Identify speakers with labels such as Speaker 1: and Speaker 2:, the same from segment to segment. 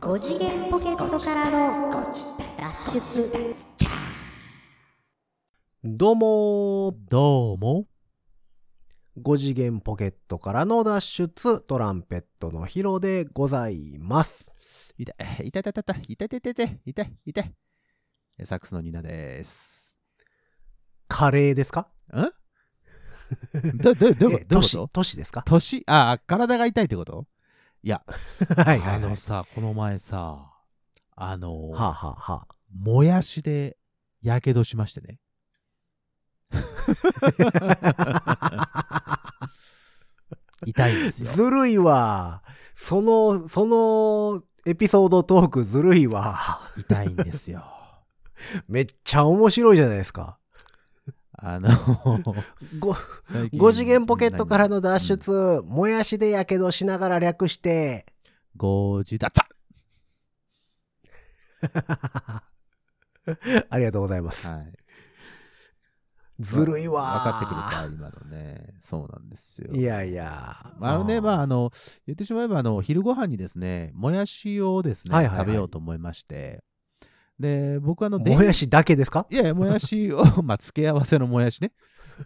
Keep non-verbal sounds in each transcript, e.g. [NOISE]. Speaker 1: 5次元ポケットからの脱出
Speaker 2: どうもー
Speaker 3: どうも。
Speaker 2: 5次元ポケットからの脱出トランペットのヒロでございます
Speaker 3: 痛い、痛い、痛い、痛い、痛い、痛い、痛い、痛い、痛い。サックスのニナです。
Speaker 2: カレーですか
Speaker 3: んど、ど、どういう
Speaker 2: え
Speaker 3: ことど
Speaker 2: 都
Speaker 3: ういう
Speaker 2: 市
Speaker 3: こと
Speaker 2: 都市です
Speaker 3: [LAUGHS]
Speaker 2: か
Speaker 3: 年、あ、体が痛いってこといや、
Speaker 2: はいは
Speaker 3: あ
Speaker 2: い、はい、
Speaker 3: のさ、この前さ、あの、
Speaker 2: はあ、はあは
Speaker 3: もやしで、やけどしましてね。
Speaker 2: あ、
Speaker 3: 痛いんですよ。
Speaker 2: ずるいわそのそのエピソードトークずるい
Speaker 3: [LAUGHS]
Speaker 2: わ
Speaker 3: 痛いんですよ。
Speaker 2: めっちゃ面白いじゃないですか
Speaker 3: あの、
Speaker 2: ご
Speaker 3: 最近
Speaker 2: 5次元ポケットからの脱。出、もやしでやけどしながら略して
Speaker 3: 5次だっ
Speaker 2: ありがとうございます、
Speaker 3: はい。
Speaker 2: ずるいわ
Speaker 3: 分かってくれた、今のね。そうなんですよ。
Speaker 2: いやいや。
Speaker 3: あのね、
Speaker 2: うん
Speaker 3: まあ、あの、言ってしまえば、あの、昼ご飯にですね、もやしをですね、
Speaker 2: はいはいはい
Speaker 3: 食べようと思いまして、で、僕あの、
Speaker 2: もや
Speaker 3: し
Speaker 2: しだけですか
Speaker 3: いやいや、もやしを、 [LAUGHS] まあ、付け合わせのもやしね、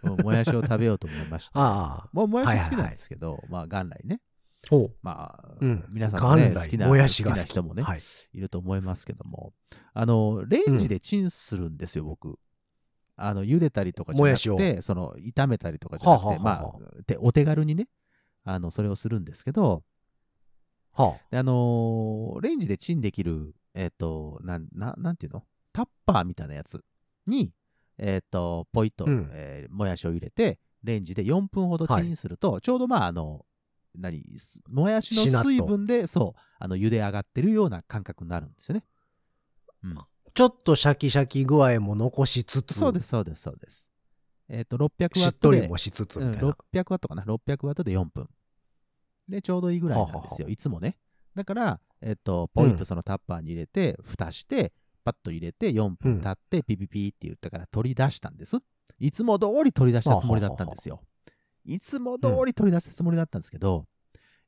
Speaker 3: うんもやしを食べようと思いまして、
Speaker 2: [LAUGHS] ああ。
Speaker 3: もうもやし好きなんですけど、まあ、元来ね、
Speaker 2: ほ
Speaker 3: まあ、
Speaker 2: うん。
Speaker 3: 皆さんもね
Speaker 2: 元来
Speaker 3: 好きな
Speaker 2: もやしが
Speaker 3: 好きな人もね
Speaker 2: はい。
Speaker 3: いると思いますけども、あの、レンジでチンするんですよ、僕。あの、茹でたりとかじゃ
Speaker 2: も
Speaker 3: な
Speaker 2: やし
Speaker 3: く
Speaker 2: を
Speaker 3: て、その、炒めたりとかじゃなくて、
Speaker 2: はあはあはあ
Speaker 3: まあ、てお手軽にね、あの、それをするんですけど、
Speaker 2: は
Speaker 3: であのーレンジでチンできる、えっ、と、なん、ななんていうのタッパーみたいなやつに、えっ、と、ポイッと、
Speaker 2: うん
Speaker 3: えーもやしを入れて、レンジで4分ほどチンすると、ちょうどまあ、あの、何、すもやし
Speaker 2: しな
Speaker 3: の
Speaker 2: っと
Speaker 3: 水分で、そう、あの、茹で上がってるような感覚になるんですよね。うん。
Speaker 2: あ。ちょっとシャキシャキ具合も残しつつ、
Speaker 3: そうです、そうです、そうです。えっ、と、600
Speaker 2: し
Speaker 3: ワ
Speaker 2: っ
Speaker 3: ット
Speaker 2: と
Speaker 3: で。
Speaker 2: りもしつつみたい
Speaker 3: うん
Speaker 2: な。
Speaker 3: 600ワットかな600ワットで4分でちょうどいいぐらいなんですよ
Speaker 2: はあはあ
Speaker 3: いつもねだからえっとポイン
Speaker 2: うん
Speaker 3: トそのタッパーに入れて、蓋してパッと入れて4分経ってピピピって言ったから取り出したんですいつも通り取り出したつもりだったんですよいつも通り取り出したつもりだったんですけど、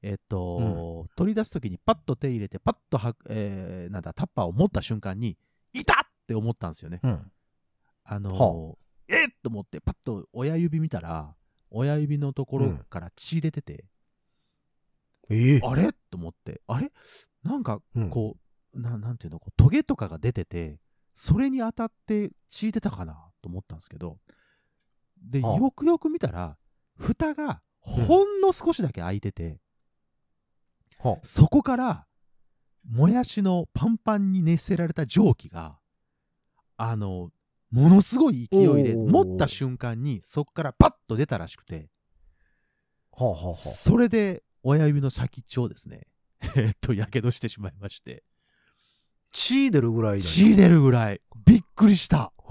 Speaker 3: えっと、取り出す時にパッと手入れてパッとは、えーなんだタッパーを持った瞬間にいたって思ったんですよね
Speaker 2: うん。
Speaker 3: あの
Speaker 2: は
Speaker 3: えっと思って、パッと親指見たら、親指のところから血出てて、
Speaker 2: ええ
Speaker 3: あれと思って、あれなんか
Speaker 2: うん
Speaker 3: こう、ななんていうの、こうトゲとかが出てて、それに当たって血出たかなと思ったんですけど、で、
Speaker 2: はあ
Speaker 3: よくよく見たら、蓋がほんの少しだけ開いてて、
Speaker 2: は
Speaker 3: そこから、もやしのパンパンに熱せられた蒸気が、あの、ものすごい勢いで、
Speaker 2: おー
Speaker 3: 持った瞬間に、そこからパッと出たらしくて、
Speaker 2: あはあはあ
Speaker 3: それで、親指の先っちょをですね、 [LAUGHS] えっと、やけどしてしまいまして、
Speaker 2: 血出るぐらいだ
Speaker 3: 血出るぐらい、びっくりした。
Speaker 2: へ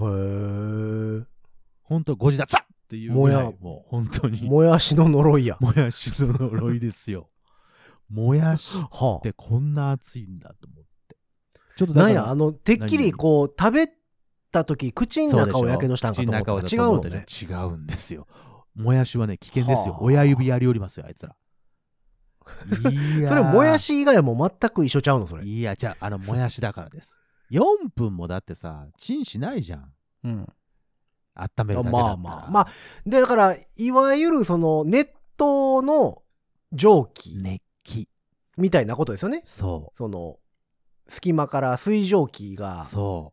Speaker 3: ほんと、ご自立っていうぐら
Speaker 2: もや
Speaker 3: い、もう、本当
Speaker 2: え。
Speaker 3: に、
Speaker 2: もやしの呪いや。
Speaker 3: もやしの呪いですよ。もやしっ
Speaker 2: は
Speaker 3: てこんな熱いんだと思って。ちょっと
Speaker 2: あ。
Speaker 3: だ
Speaker 2: なん
Speaker 3: から
Speaker 2: や、あの、てっきりこう、食べた時、口の
Speaker 3: そうでし
Speaker 2: 中
Speaker 3: ょ
Speaker 2: をやけどしたんかと思ったら
Speaker 3: 口
Speaker 2: 違
Speaker 3: の中を
Speaker 2: う
Speaker 3: だと思った
Speaker 2: のね
Speaker 3: で。しょ違うんですよ。もやしはね、危険ですよ。
Speaker 2: はあ
Speaker 3: 親指やりおりますよ、あいつら。いや
Speaker 2: [LAUGHS]
Speaker 3: ー
Speaker 2: それ、もやし以外はもう全く一緒ちゃうの、それ。
Speaker 3: いや、じゃあ、あの、もやしだからです。4分もだってさ、チンしないじゃん。
Speaker 2: うん。
Speaker 3: 温めるだけだったら。
Speaker 2: まあまあまあでだからいわゆるその熱湯の蒸気
Speaker 3: 熱気。
Speaker 2: みたいなことですよね
Speaker 3: そ
Speaker 2: その隙間から水蒸気
Speaker 3: う。
Speaker 2: が
Speaker 3: そ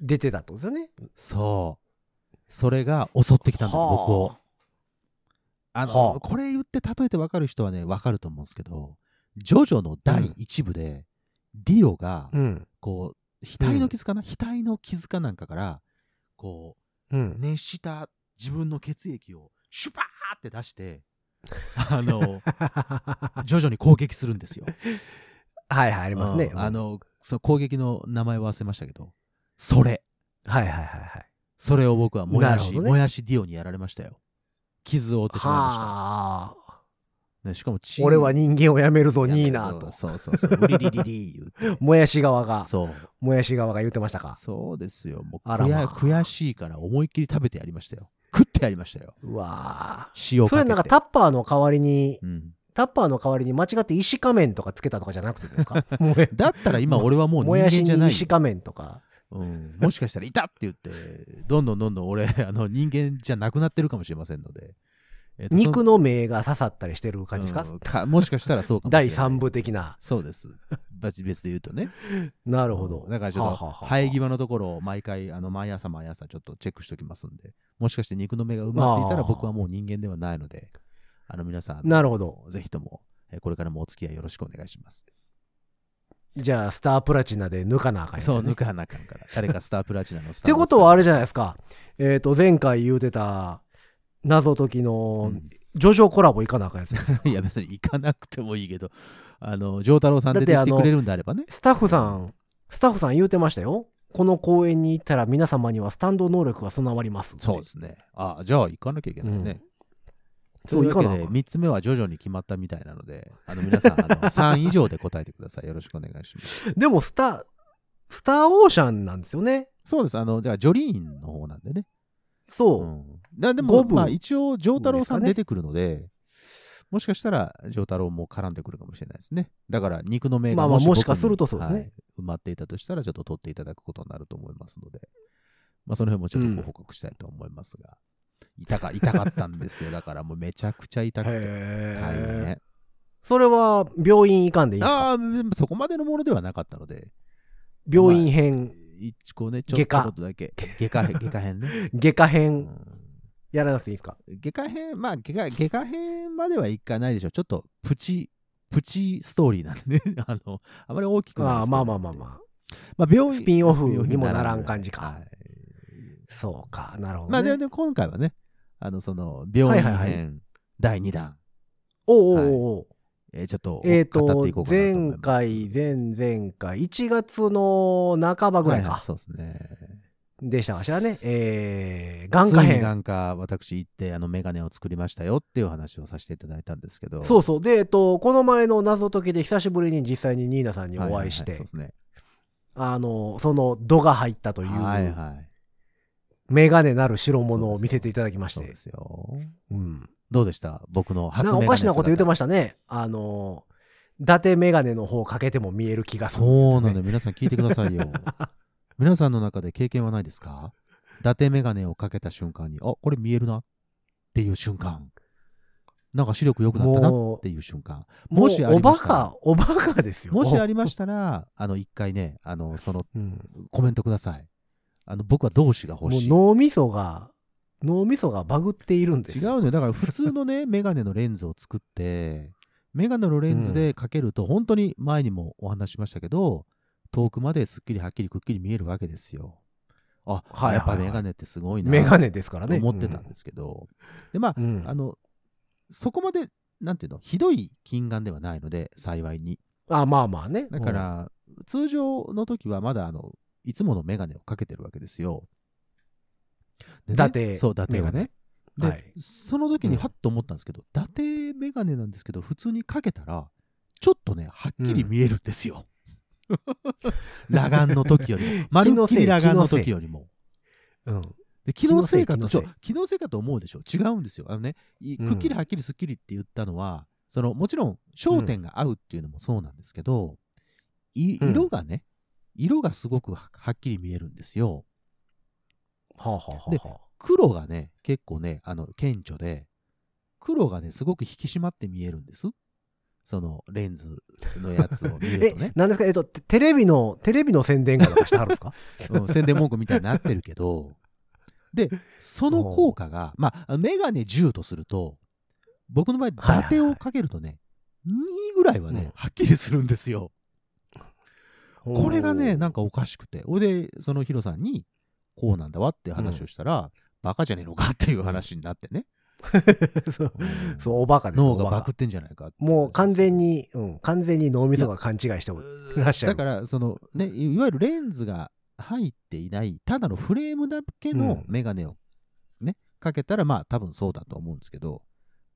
Speaker 2: 出てたってことですよね
Speaker 3: う。そう。それが襲ってきたんです、
Speaker 2: はあ
Speaker 3: 僕を。あの、
Speaker 2: はあ
Speaker 3: これ言って例えてわかる人はね、わかると思うんですけど、ジョジョの第1部で、ディオが、
Speaker 2: うん
Speaker 3: こう、額の傷かな、額の傷かなんかから、こ
Speaker 2: う [LAUGHS]
Speaker 3: う、
Speaker 2: ん
Speaker 3: 熱した自分の血液を、シュパーって出して、
Speaker 2: [LAUGHS]
Speaker 3: あの、徐々に攻撃するんですよ。
Speaker 2: はいはいありますね
Speaker 3: うんあの、その攻撃の名前を忘れましたけど、それ、
Speaker 2: はいはいはいはい
Speaker 3: それを僕はもや
Speaker 2: なる
Speaker 3: し、
Speaker 2: ほどね
Speaker 3: もやしディオにやられましたよ。傷を負ってしまいま
Speaker 2: はあ
Speaker 3: した。ね、しかも血
Speaker 2: 俺は人間をやめるぞ
Speaker 3: やめ
Speaker 2: ニー
Speaker 3: るぞ
Speaker 2: ナーと
Speaker 3: そうそうそう。ウリリリリ言
Speaker 2: [LAUGHS]
Speaker 3: うて
Speaker 2: もやし側が
Speaker 3: そう。
Speaker 2: もやし側が言ってましたか
Speaker 3: そうですよ。もう
Speaker 2: あら
Speaker 3: 悔や
Speaker 2: まあ
Speaker 3: 悔しいから思いっきり食べてやりましたよ。食ってやりましたよ。
Speaker 2: うわあ
Speaker 3: 塩かけて。
Speaker 2: それなんかタッパーの代わりに
Speaker 3: うん、
Speaker 2: タッパーの代わりに間違って石仮面とかつけたとかじゃなくてです
Speaker 3: [LAUGHS]
Speaker 2: かもえ
Speaker 3: だったら今俺はもう人
Speaker 2: もや
Speaker 3: 間
Speaker 2: し
Speaker 3: じゃ
Speaker 2: に
Speaker 3: ない
Speaker 2: 石仮面とか。
Speaker 3: うん、もしかしたら「いた!」って言ってどんどんどんどん俺 [LAUGHS] あの人間じゃなくなってるかもしれませんので、えっと
Speaker 2: 肉の銘が刺さったりしてる感じですか、
Speaker 3: うんかもしかしたらそうかもしれな
Speaker 2: 第
Speaker 3: い
Speaker 2: 3部的な。
Speaker 3: そうです別別で言うとね
Speaker 2: なるほど。
Speaker 3: だからちょっ
Speaker 2: は
Speaker 3: と
Speaker 2: あはあはあ
Speaker 3: 生え際のところを毎回あの毎朝毎朝ちょっとチェックしておきますんでもしかして肉の目が埋まっていたら
Speaker 2: あー
Speaker 3: 僕はもう人間ではないのであの皆さんあの
Speaker 2: なるほど。
Speaker 3: ぜひともえこれからもお付き合いよろしくお願いします
Speaker 2: じゃあ、スタープラチナで抜かなあかんやつね
Speaker 3: そう、抜かなあかんから。誰かスタープラチナのス
Speaker 2: っ
Speaker 3: ター
Speaker 2: て
Speaker 3: ボス
Speaker 2: ことはあれじゃないですか。えっ、と、前回言うてた謎解きの
Speaker 3: うん
Speaker 2: ジョジョコラボ行かなあかんやつね。
Speaker 3: [LAUGHS] いや、別に行かなくてもいいけど、あの、丈太郎さん出てきてくれるんであればね。
Speaker 2: スタッフさん、スタッフさん言うてましたよ。この公園に行ったら皆様にはスタンド能力が備わりますって。
Speaker 3: そうですね。あじゃあ行かなきゃいけないね。
Speaker 2: そう
Speaker 3: というわ
Speaker 2: 行
Speaker 3: け
Speaker 2: かな
Speaker 3: で、
Speaker 2: あかん
Speaker 3: 3つ目は徐々に決まったみたいなので、あの皆さん、あの3以上で答えてください。よろしくお願いします。
Speaker 2: でも、スタ、スターオーシャンなんですよね。
Speaker 3: そうです。あの、じゃあ、ジョリーンの方なんでね。
Speaker 2: そう。
Speaker 3: うん。なで
Speaker 2: 五
Speaker 3: も、
Speaker 2: 分
Speaker 3: まあ、一応、丈太郎さん
Speaker 2: ですかね
Speaker 3: 出てくるので、もしかしたら、丈太郎も絡んでくるかもしれないですね。だから、肉の銘
Speaker 2: ま
Speaker 3: 柄
Speaker 2: あまあ
Speaker 3: 僕に
Speaker 2: もしかするとそうですね
Speaker 3: はい埋まっていたとしたら、ちょっと取っていただくことになると思いますので、まあ、その辺もちょっとご報告したいと思いますが、痛か、痛かったんですよ。 [LAUGHS] だから、もうめちゃくちゃ痛くて。はい
Speaker 2: へえ。
Speaker 3: ね、
Speaker 2: それは病院行かんでいいんですか
Speaker 3: ああ、でもそこまでのものではなかったので、
Speaker 2: 病院編、
Speaker 3: 一個ね、ちょ
Speaker 2: 外科
Speaker 3: ちょっとだけ、外科編、外科編ね。
Speaker 2: 外科
Speaker 3: う
Speaker 2: 編
Speaker 3: ん
Speaker 2: やらなくていいですか
Speaker 3: 外科編、まあ外科、外科編まではいかないでしょう。ちょっとプチ、プチストーリーなんでね。 [LAUGHS] あの、あまり大きくない
Speaker 2: ああ
Speaker 3: ストーリー
Speaker 2: まあまあまあま
Speaker 3: まあ、病院
Speaker 2: スピンオフにも
Speaker 3: スピンオフ
Speaker 2: ならん感じか
Speaker 3: はい
Speaker 2: あ。そうか、なるほ
Speaker 3: ま
Speaker 2: ど、
Speaker 3: あ、
Speaker 2: ね。
Speaker 3: で、で今回はね、あの、その、病院編、
Speaker 2: はいはい
Speaker 3: 第2弾、
Speaker 2: おうおうおう
Speaker 3: えーちょっと、
Speaker 2: えっ、
Speaker 3: 語っていことう、かなと思い
Speaker 2: 前
Speaker 3: ます。
Speaker 2: 回、前々回、1月の半ばぐらい
Speaker 3: はいは
Speaker 2: か。
Speaker 3: いそうですね。
Speaker 2: でしたかしらね。えー、眼科
Speaker 3: ついに
Speaker 2: 編。
Speaker 3: 眼科、私行って、あの、メガネを作りましたよっていう話をさせていただいたんですけど。
Speaker 2: そうそう。で、えっと、この前の謎解きで久しぶりに実際にニーナさんに
Speaker 3: はは
Speaker 2: お
Speaker 3: は
Speaker 2: 会いして、
Speaker 3: そうですね。
Speaker 2: あの、その度が入ったという、
Speaker 3: はいはい。
Speaker 2: メガネなる代物を見せていただきまし
Speaker 3: そう
Speaker 2: て
Speaker 3: で。すよ。
Speaker 2: うん。
Speaker 3: どうでした僕の
Speaker 2: なん
Speaker 3: 初
Speaker 2: かおかしなこと言ってまし
Speaker 3: し
Speaker 2: たね。あの、伊達メガネの方かけても見える気がする、
Speaker 3: そうなんだよ。皆さん聞いてくださ
Speaker 2: [LAUGHS]
Speaker 3: いよ。皆さんの中で経験はないですか伊達メガネをかけた瞬間に、あ、これ見えるなっていう瞬間。なんか視力良くなったな
Speaker 2: もう
Speaker 3: っていう瞬間。
Speaker 2: も
Speaker 3: も
Speaker 2: う
Speaker 3: しあ
Speaker 2: お
Speaker 3: りま
Speaker 2: バ
Speaker 3: したら
Speaker 2: カ、おバカですよ。
Speaker 3: もしありましたら、あの、一回ね、あの、その、
Speaker 2: うん、
Speaker 3: コメントください。あの、僕は同志が欲
Speaker 2: もう
Speaker 3: しい。
Speaker 2: 脳みそが、脳みそがバグっているんです
Speaker 3: 違う
Speaker 2: よ。
Speaker 3: のよ。だから普通の
Speaker 2: [LAUGHS]
Speaker 3: ね、メガネのレンズを作って、メガネのレンズでかけると、本当に前にもお話ししましたけど、遠くまですっきりはっきりくっきり見えるわけですよ。あ、
Speaker 2: はいはいはい
Speaker 3: やっぱメガネってすごいな。
Speaker 2: メガネですから
Speaker 3: と
Speaker 2: ね。
Speaker 3: 思ってたんですけど。で、まあ
Speaker 2: う、ん。うん
Speaker 3: あの、そこまで、なんていうの、ひどい近眼ではないので、幸いに。
Speaker 2: あ、まあまあね。
Speaker 3: だから、通常の時はまだ、あの、いつものメガネをかけてるわけですよ。でね
Speaker 2: 伊達
Speaker 3: そう、伊達が
Speaker 2: メガ
Speaker 3: ね
Speaker 2: ネ。
Speaker 3: で、
Speaker 2: はい
Speaker 3: その時
Speaker 2: う
Speaker 3: に
Speaker 2: ん
Speaker 3: はっと思ったんですけど、伊達メガネなんですけど、普通にかけたら、ちょっとね、はっきり見えるんで
Speaker 2: [LAUGHS]
Speaker 3: すよ。裸眼の時よりも。まるっきり裸眼の時よりも。
Speaker 2: うん、
Speaker 3: で気のせいか
Speaker 2: 気
Speaker 3: と、ち
Speaker 2: の
Speaker 3: ょ
Speaker 2: せい
Speaker 3: 気のせいかと思うでしょ。違うんですよ。あのね、い
Speaker 2: うん
Speaker 3: くっきりはっきりすっきりって言ったのは、そのもちろん焦点が合うっていうのもそうなんですけど、い
Speaker 2: うん
Speaker 3: 色がね、色がすごくははっきり見えるんですよ。
Speaker 2: はあ、はあは
Speaker 3: で
Speaker 2: あはあ、
Speaker 3: 黒がね、結構ね、あの、顕著で、黒がね、すごく引き締まって見えるんです。その、レンズのやつを見る
Speaker 2: え、
Speaker 3: とね
Speaker 2: [LAUGHS] なんですかえっと、テテレビの、テレビの宣伝かなんかしてはるんですか
Speaker 3: うん宣伝文句みたいになってるけど、で、その効果が、まあ、メガネ10とすると、僕の場合、伊
Speaker 2: はいはいはい
Speaker 3: 達をかけるとね、2ぐらいはね、
Speaker 2: うん
Speaker 3: はっきりするんですよ。 [LAUGHS] これがね、なんかおかしくて。ほいで、そのヒロさんに、こうなんだわって話をしたら、バカじゃねえのかっていう話になってね。
Speaker 2: そう、
Speaker 3: うん
Speaker 2: そう、おバカです。
Speaker 3: 脳が
Speaker 2: おバ
Speaker 3: バ
Speaker 2: カ
Speaker 3: クってんじゃないかって
Speaker 2: もう完全に、うん、完全に脳みそが勘違いしておる。
Speaker 3: うー
Speaker 2: らっしゃる
Speaker 3: だからそのねいわゆるレンズが入っていないただのフレームだけ
Speaker 2: うん
Speaker 3: のメガネをね、かけたらまあ多分そうだと思うんですけど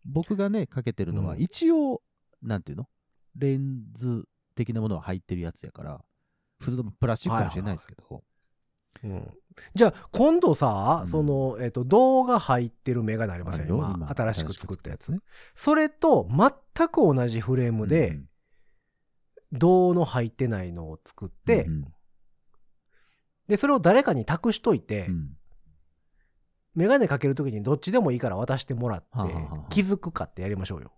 Speaker 3: 僕がねかけてるのは
Speaker 2: うん
Speaker 3: 一応、なんていうのレンズ的なものは入ってるやつやから普通のプラスチックかもしれないですけど、
Speaker 2: うんじゃあ今度さ、
Speaker 3: うん
Speaker 2: その、えっ、と、銅が入ってるメガネあり
Speaker 3: あ
Speaker 2: ますよ、
Speaker 3: るよ
Speaker 2: 今。
Speaker 3: 今
Speaker 2: 新しく作ったやつ
Speaker 3: 新。
Speaker 2: それと全く同じフレーム
Speaker 3: しく作ったやつね
Speaker 2: で、銅の入ってないのを作って、
Speaker 3: うん
Speaker 2: で、それを誰かに託しといて、
Speaker 3: うんうん
Speaker 2: メガネかけるときにどっちでもいいから渡してもらって、
Speaker 3: はあはあはあ
Speaker 2: 気づくかってやりましょうよ。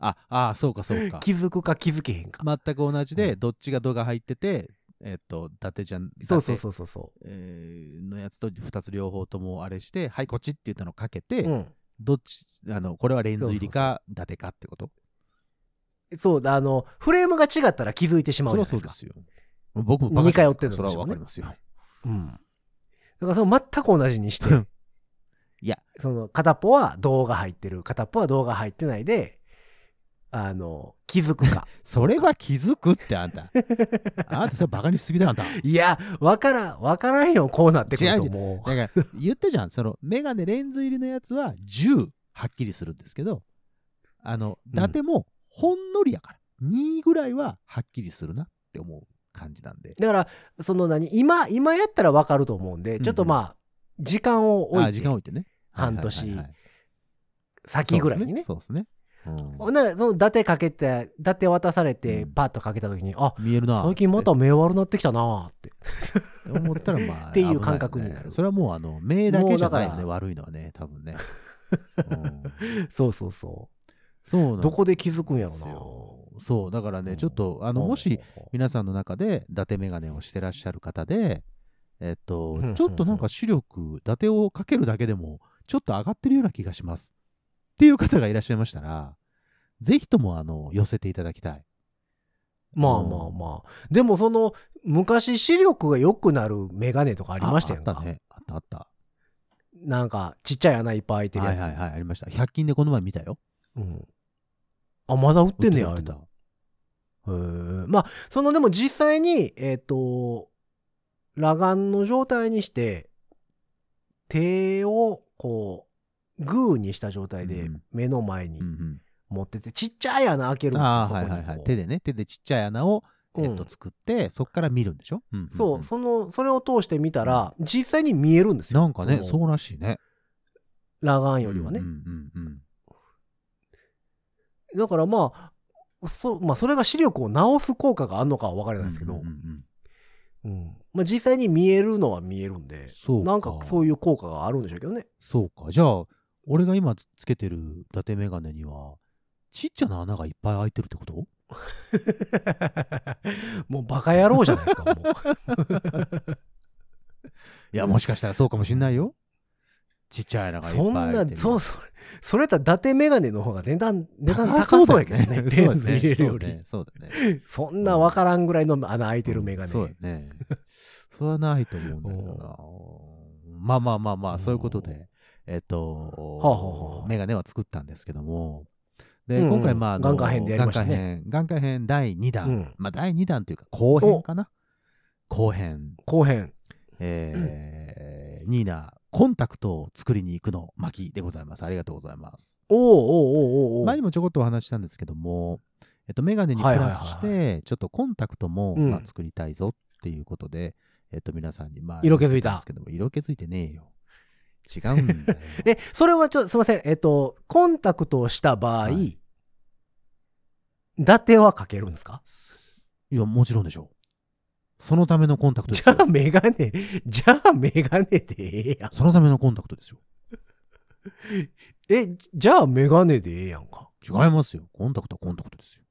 Speaker 3: ああそうかそうか
Speaker 2: 気づくか気づけへんか。
Speaker 3: 全く同じ
Speaker 2: う
Speaker 3: でどっちが「ド」が入っててえっと伊達ちゃん伊達
Speaker 2: そうそうそうそうそ
Speaker 3: えーのやつと2つ両方ともあれして「はいこっち」って言ったのをかけ
Speaker 2: う。
Speaker 3: て、
Speaker 2: うん。
Speaker 3: どっちあのこれはレンズ入りか伊達かってこと
Speaker 2: そうだ、あの、フレームが違ったら気づいてしまう
Speaker 3: そ
Speaker 2: じ
Speaker 3: り
Speaker 2: ゃ
Speaker 3: ゃ
Speaker 2: ないで
Speaker 3: そう
Speaker 2: す
Speaker 3: で
Speaker 2: か。
Speaker 3: すよ僕もバカじゃない
Speaker 2: 似通ってるん
Speaker 3: そ
Speaker 2: で
Speaker 3: れ
Speaker 2: し
Speaker 3: は
Speaker 2: ょうね
Speaker 3: わかりますよ、
Speaker 2: うん。だからその全く同じにして
Speaker 3: いや、
Speaker 2: その片っぽは動画入ってる、片っぽは動画入ってないで、あの、気づくか。
Speaker 3: それは気づくってあ
Speaker 2: [LAUGHS]
Speaker 3: んたあんたそれバカにしすぎだよあんた
Speaker 2: いや、わからん、わからんよ、こうなってくる
Speaker 3: 違う
Speaker 2: と
Speaker 3: 違う
Speaker 2: もう。
Speaker 3: だから言ったじゃんそのメガネレンズ入りのやつは10はっきりするんですけどあの
Speaker 2: ん
Speaker 3: 伊達もほんのりやから2ぐらいははっきりするなって思う感じなんで
Speaker 2: だから、その何、今、今やったらわかると思うんで、ちょっとまあ、時間を置
Speaker 3: あ
Speaker 2: い
Speaker 3: 時
Speaker 2: て
Speaker 3: 間、置いてね
Speaker 2: 半年
Speaker 3: はいはいはいはい
Speaker 2: 先ぐらいにね。
Speaker 3: そうですね。そうですねうん
Speaker 2: ほんならその、伊達かけて、伊達渡されて
Speaker 3: う、ん
Speaker 2: パッとかけたときに、あ、
Speaker 3: 見えるな。
Speaker 2: 最近また目悪なってきたなーって。
Speaker 3: つって思ったらま
Speaker 2: [LAUGHS]
Speaker 3: あ
Speaker 2: っていう感覚になる
Speaker 3: 危いよねそれはもうあの目だけじゃないよ
Speaker 2: もうだか
Speaker 3: ね
Speaker 2: ら
Speaker 3: 悪いのはね多分ね。うん
Speaker 2: そうそうそ
Speaker 3: そうなん
Speaker 2: う。
Speaker 3: です
Speaker 2: どこで気づくんやろうな。
Speaker 3: よそうだから
Speaker 2: う
Speaker 3: ね
Speaker 2: ん
Speaker 3: ちょっとあのもし皆さんの中で伊達眼鏡をしてらっしゃる方でえっと
Speaker 2: うんうん
Speaker 3: ちょっとなんか視力伊達をかけるだけでもちょっと上がってるような気がしますっていう方がいらっしゃいましたらぜひともあの寄せていただきたい。
Speaker 2: まあまあまあ。でもその、昔視力が良くなるメガネとかあ
Speaker 3: あ
Speaker 2: りましたよ
Speaker 3: あったね。あったあった。
Speaker 2: なんか、ちっちゃい穴いっぱい開いてる
Speaker 3: は
Speaker 2: や
Speaker 3: い
Speaker 2: つ。
Speaker 3: はいはい、ありました。100均でこの前見たよ。
Speaker 2: うんあ、まだ売ってんねや、
Speaker 3: 売
Speaker 2: あ
Speaker 3: っ
Speaker 2: れ
Speaker 3: てた売って
Speaker 2: へーまあ、そのでも実際に、えっ、と、裸眼の状態にして、手をこう、グーにした状態
Speaker 3: う
Speaker 2: で
Speaker 3: ん
Speaker 2: 目の前に
Speaker 3: たうん
Speaker 2: 持ってて、ちっちゃい穴開ける
Speaker 3: う
Speaker 2: です
Speaker 3: んん、
Speaker 2: よ。
Speaker 3: ああ
Speaker 2: そ
Speaker 3: は
Speaker 2: こ
Speaker 3: い
Speaker 2: にこ
Speaker 3: は
Speaker 2: う
Speaker 3: いはい手でね手でちっちゃい穴を、
Speaker 2: うん
Speaker 3: えっと、作ってそっから見るんでしょ、うんんん
Speaker 2: そう、その、それを通して見たら、実際に見えるんですよ。
Speaker 3: なんかね
Speaker 2: の
Speaker 3: そうらしいね
Speaker 2: 裸眼よりはね
Speaker 3: うん。うんうん
Speaker 2: だからまあ、そまあ、それが視力を直す効果があるのかは分から
Speaker 3: うん
Speaker 2: ないですけど、
Speaker 3: うんうんうん
Speaker 2: うんまあ、実際に見えるのは見えるんで、
Speaker 3: そう
Speaker 2: なんかそう
Speaker 3: う
Speaker 2: いう効果があるんでしょうけどね。 [LAUGHS]
Speaker 3: そうかじゃあ俺が今つけてる伊達眼鏡にはちっちゃな穴がいっぱい開いてるってこと
Speaker 2: もうバカ野郎じゃないですか、
Speaker 3: [LAUGHS]
Speaker 2: も
Speaker 3: いやもしかしたらそうかもしんないよちっちゃい穴
Speaker 2: う。
Speaker 3: がいっぱ
Speaker 2: そん
Speaker 3: い開
Speaker 2: ない
Speaker 3: て、る
Speaker 2: そう、それ、それやったら伊達メガネの方が値段、値段高
Speaker 3: 高
Speaker 2: そ
Speaker 3: そうう
Speaker 2: やけ
Speaker 3: や
Speaker 2: ど [LAUGHS] ね。レ
Speaker 3: そう
Speaker 2: ンズ入れるよ
Speaker 3: だ
Speaker 2: り
Speaker 3: ね。そうだね
Speaker 2: そんなわからんぐらいの穴開いてるメガネ。
Speaker 3: そうだね。それはないと思うんだけど
Speaker 2: [LAUGHS]
Speaker 3: な。まあまあまあまあ、そういうことで、えっ
Speaker 2: はあはあは
Speaker 3: と
Speaker 2: あ、
Speaker 3: メガネは作ったんですけども、で、
Speaker 2: うんうん
Speaker 3: 今回まああの、
Speaker 2: 眼科編でやりましたね
Speaker 3: 眼科編、眼科編第2
Speaker 2: う
Speaker 3: 弾
Speaker 2: ん、
Speaker 3: まあ第2弾というか後編かな。後編、
Speaker 2: 後編。
Speaker 3: えーニーナ、コンタクトを作りに行くの巻でございます。ありがとうございます。
Speaker 2: おうおうおうおうおう
Speaker 3: 前にもちょこっとお話ししたんですけども、えっと、メガネにプラスし
Speaker 2: はいは
Speaker 3: て、ちょっとコンタクトも、
Speaker 2: うん
Speaker 3: まあ、作りたいぞっていうことで、えっと、皆さんに、まあ、
Speaker 2: 色気づいた
Speaker 3: 言ってんですけども、色気づいてねえよ。違うん
Speaker 2: [LAUGHS]
Speaker 3: だよ。
Speaker 2: え、それはちょっとすいません。えっと、コンタクトをした場合、
Speaker 3: は
Speaker 2: 伊
Speaker 3: い
Speaker 2: 達はかけるんですか
Speaker 3: いや、もちろんでしょう。そのためのコンタクトで
Speaker 2: じ
Speaker 3: す
Speaker 2: ゃ
Speaker 3: よ
Speaker 2: あ。メガネ、 [LAUGHS] じゃあメガネでええやん。
Speaker 3: そのためのコンタクトですよ。
Speaker 2: え、じゃあメガネでええやんか。
Speaker 3: 違いますよ。コンタクトはコンタクトですよ。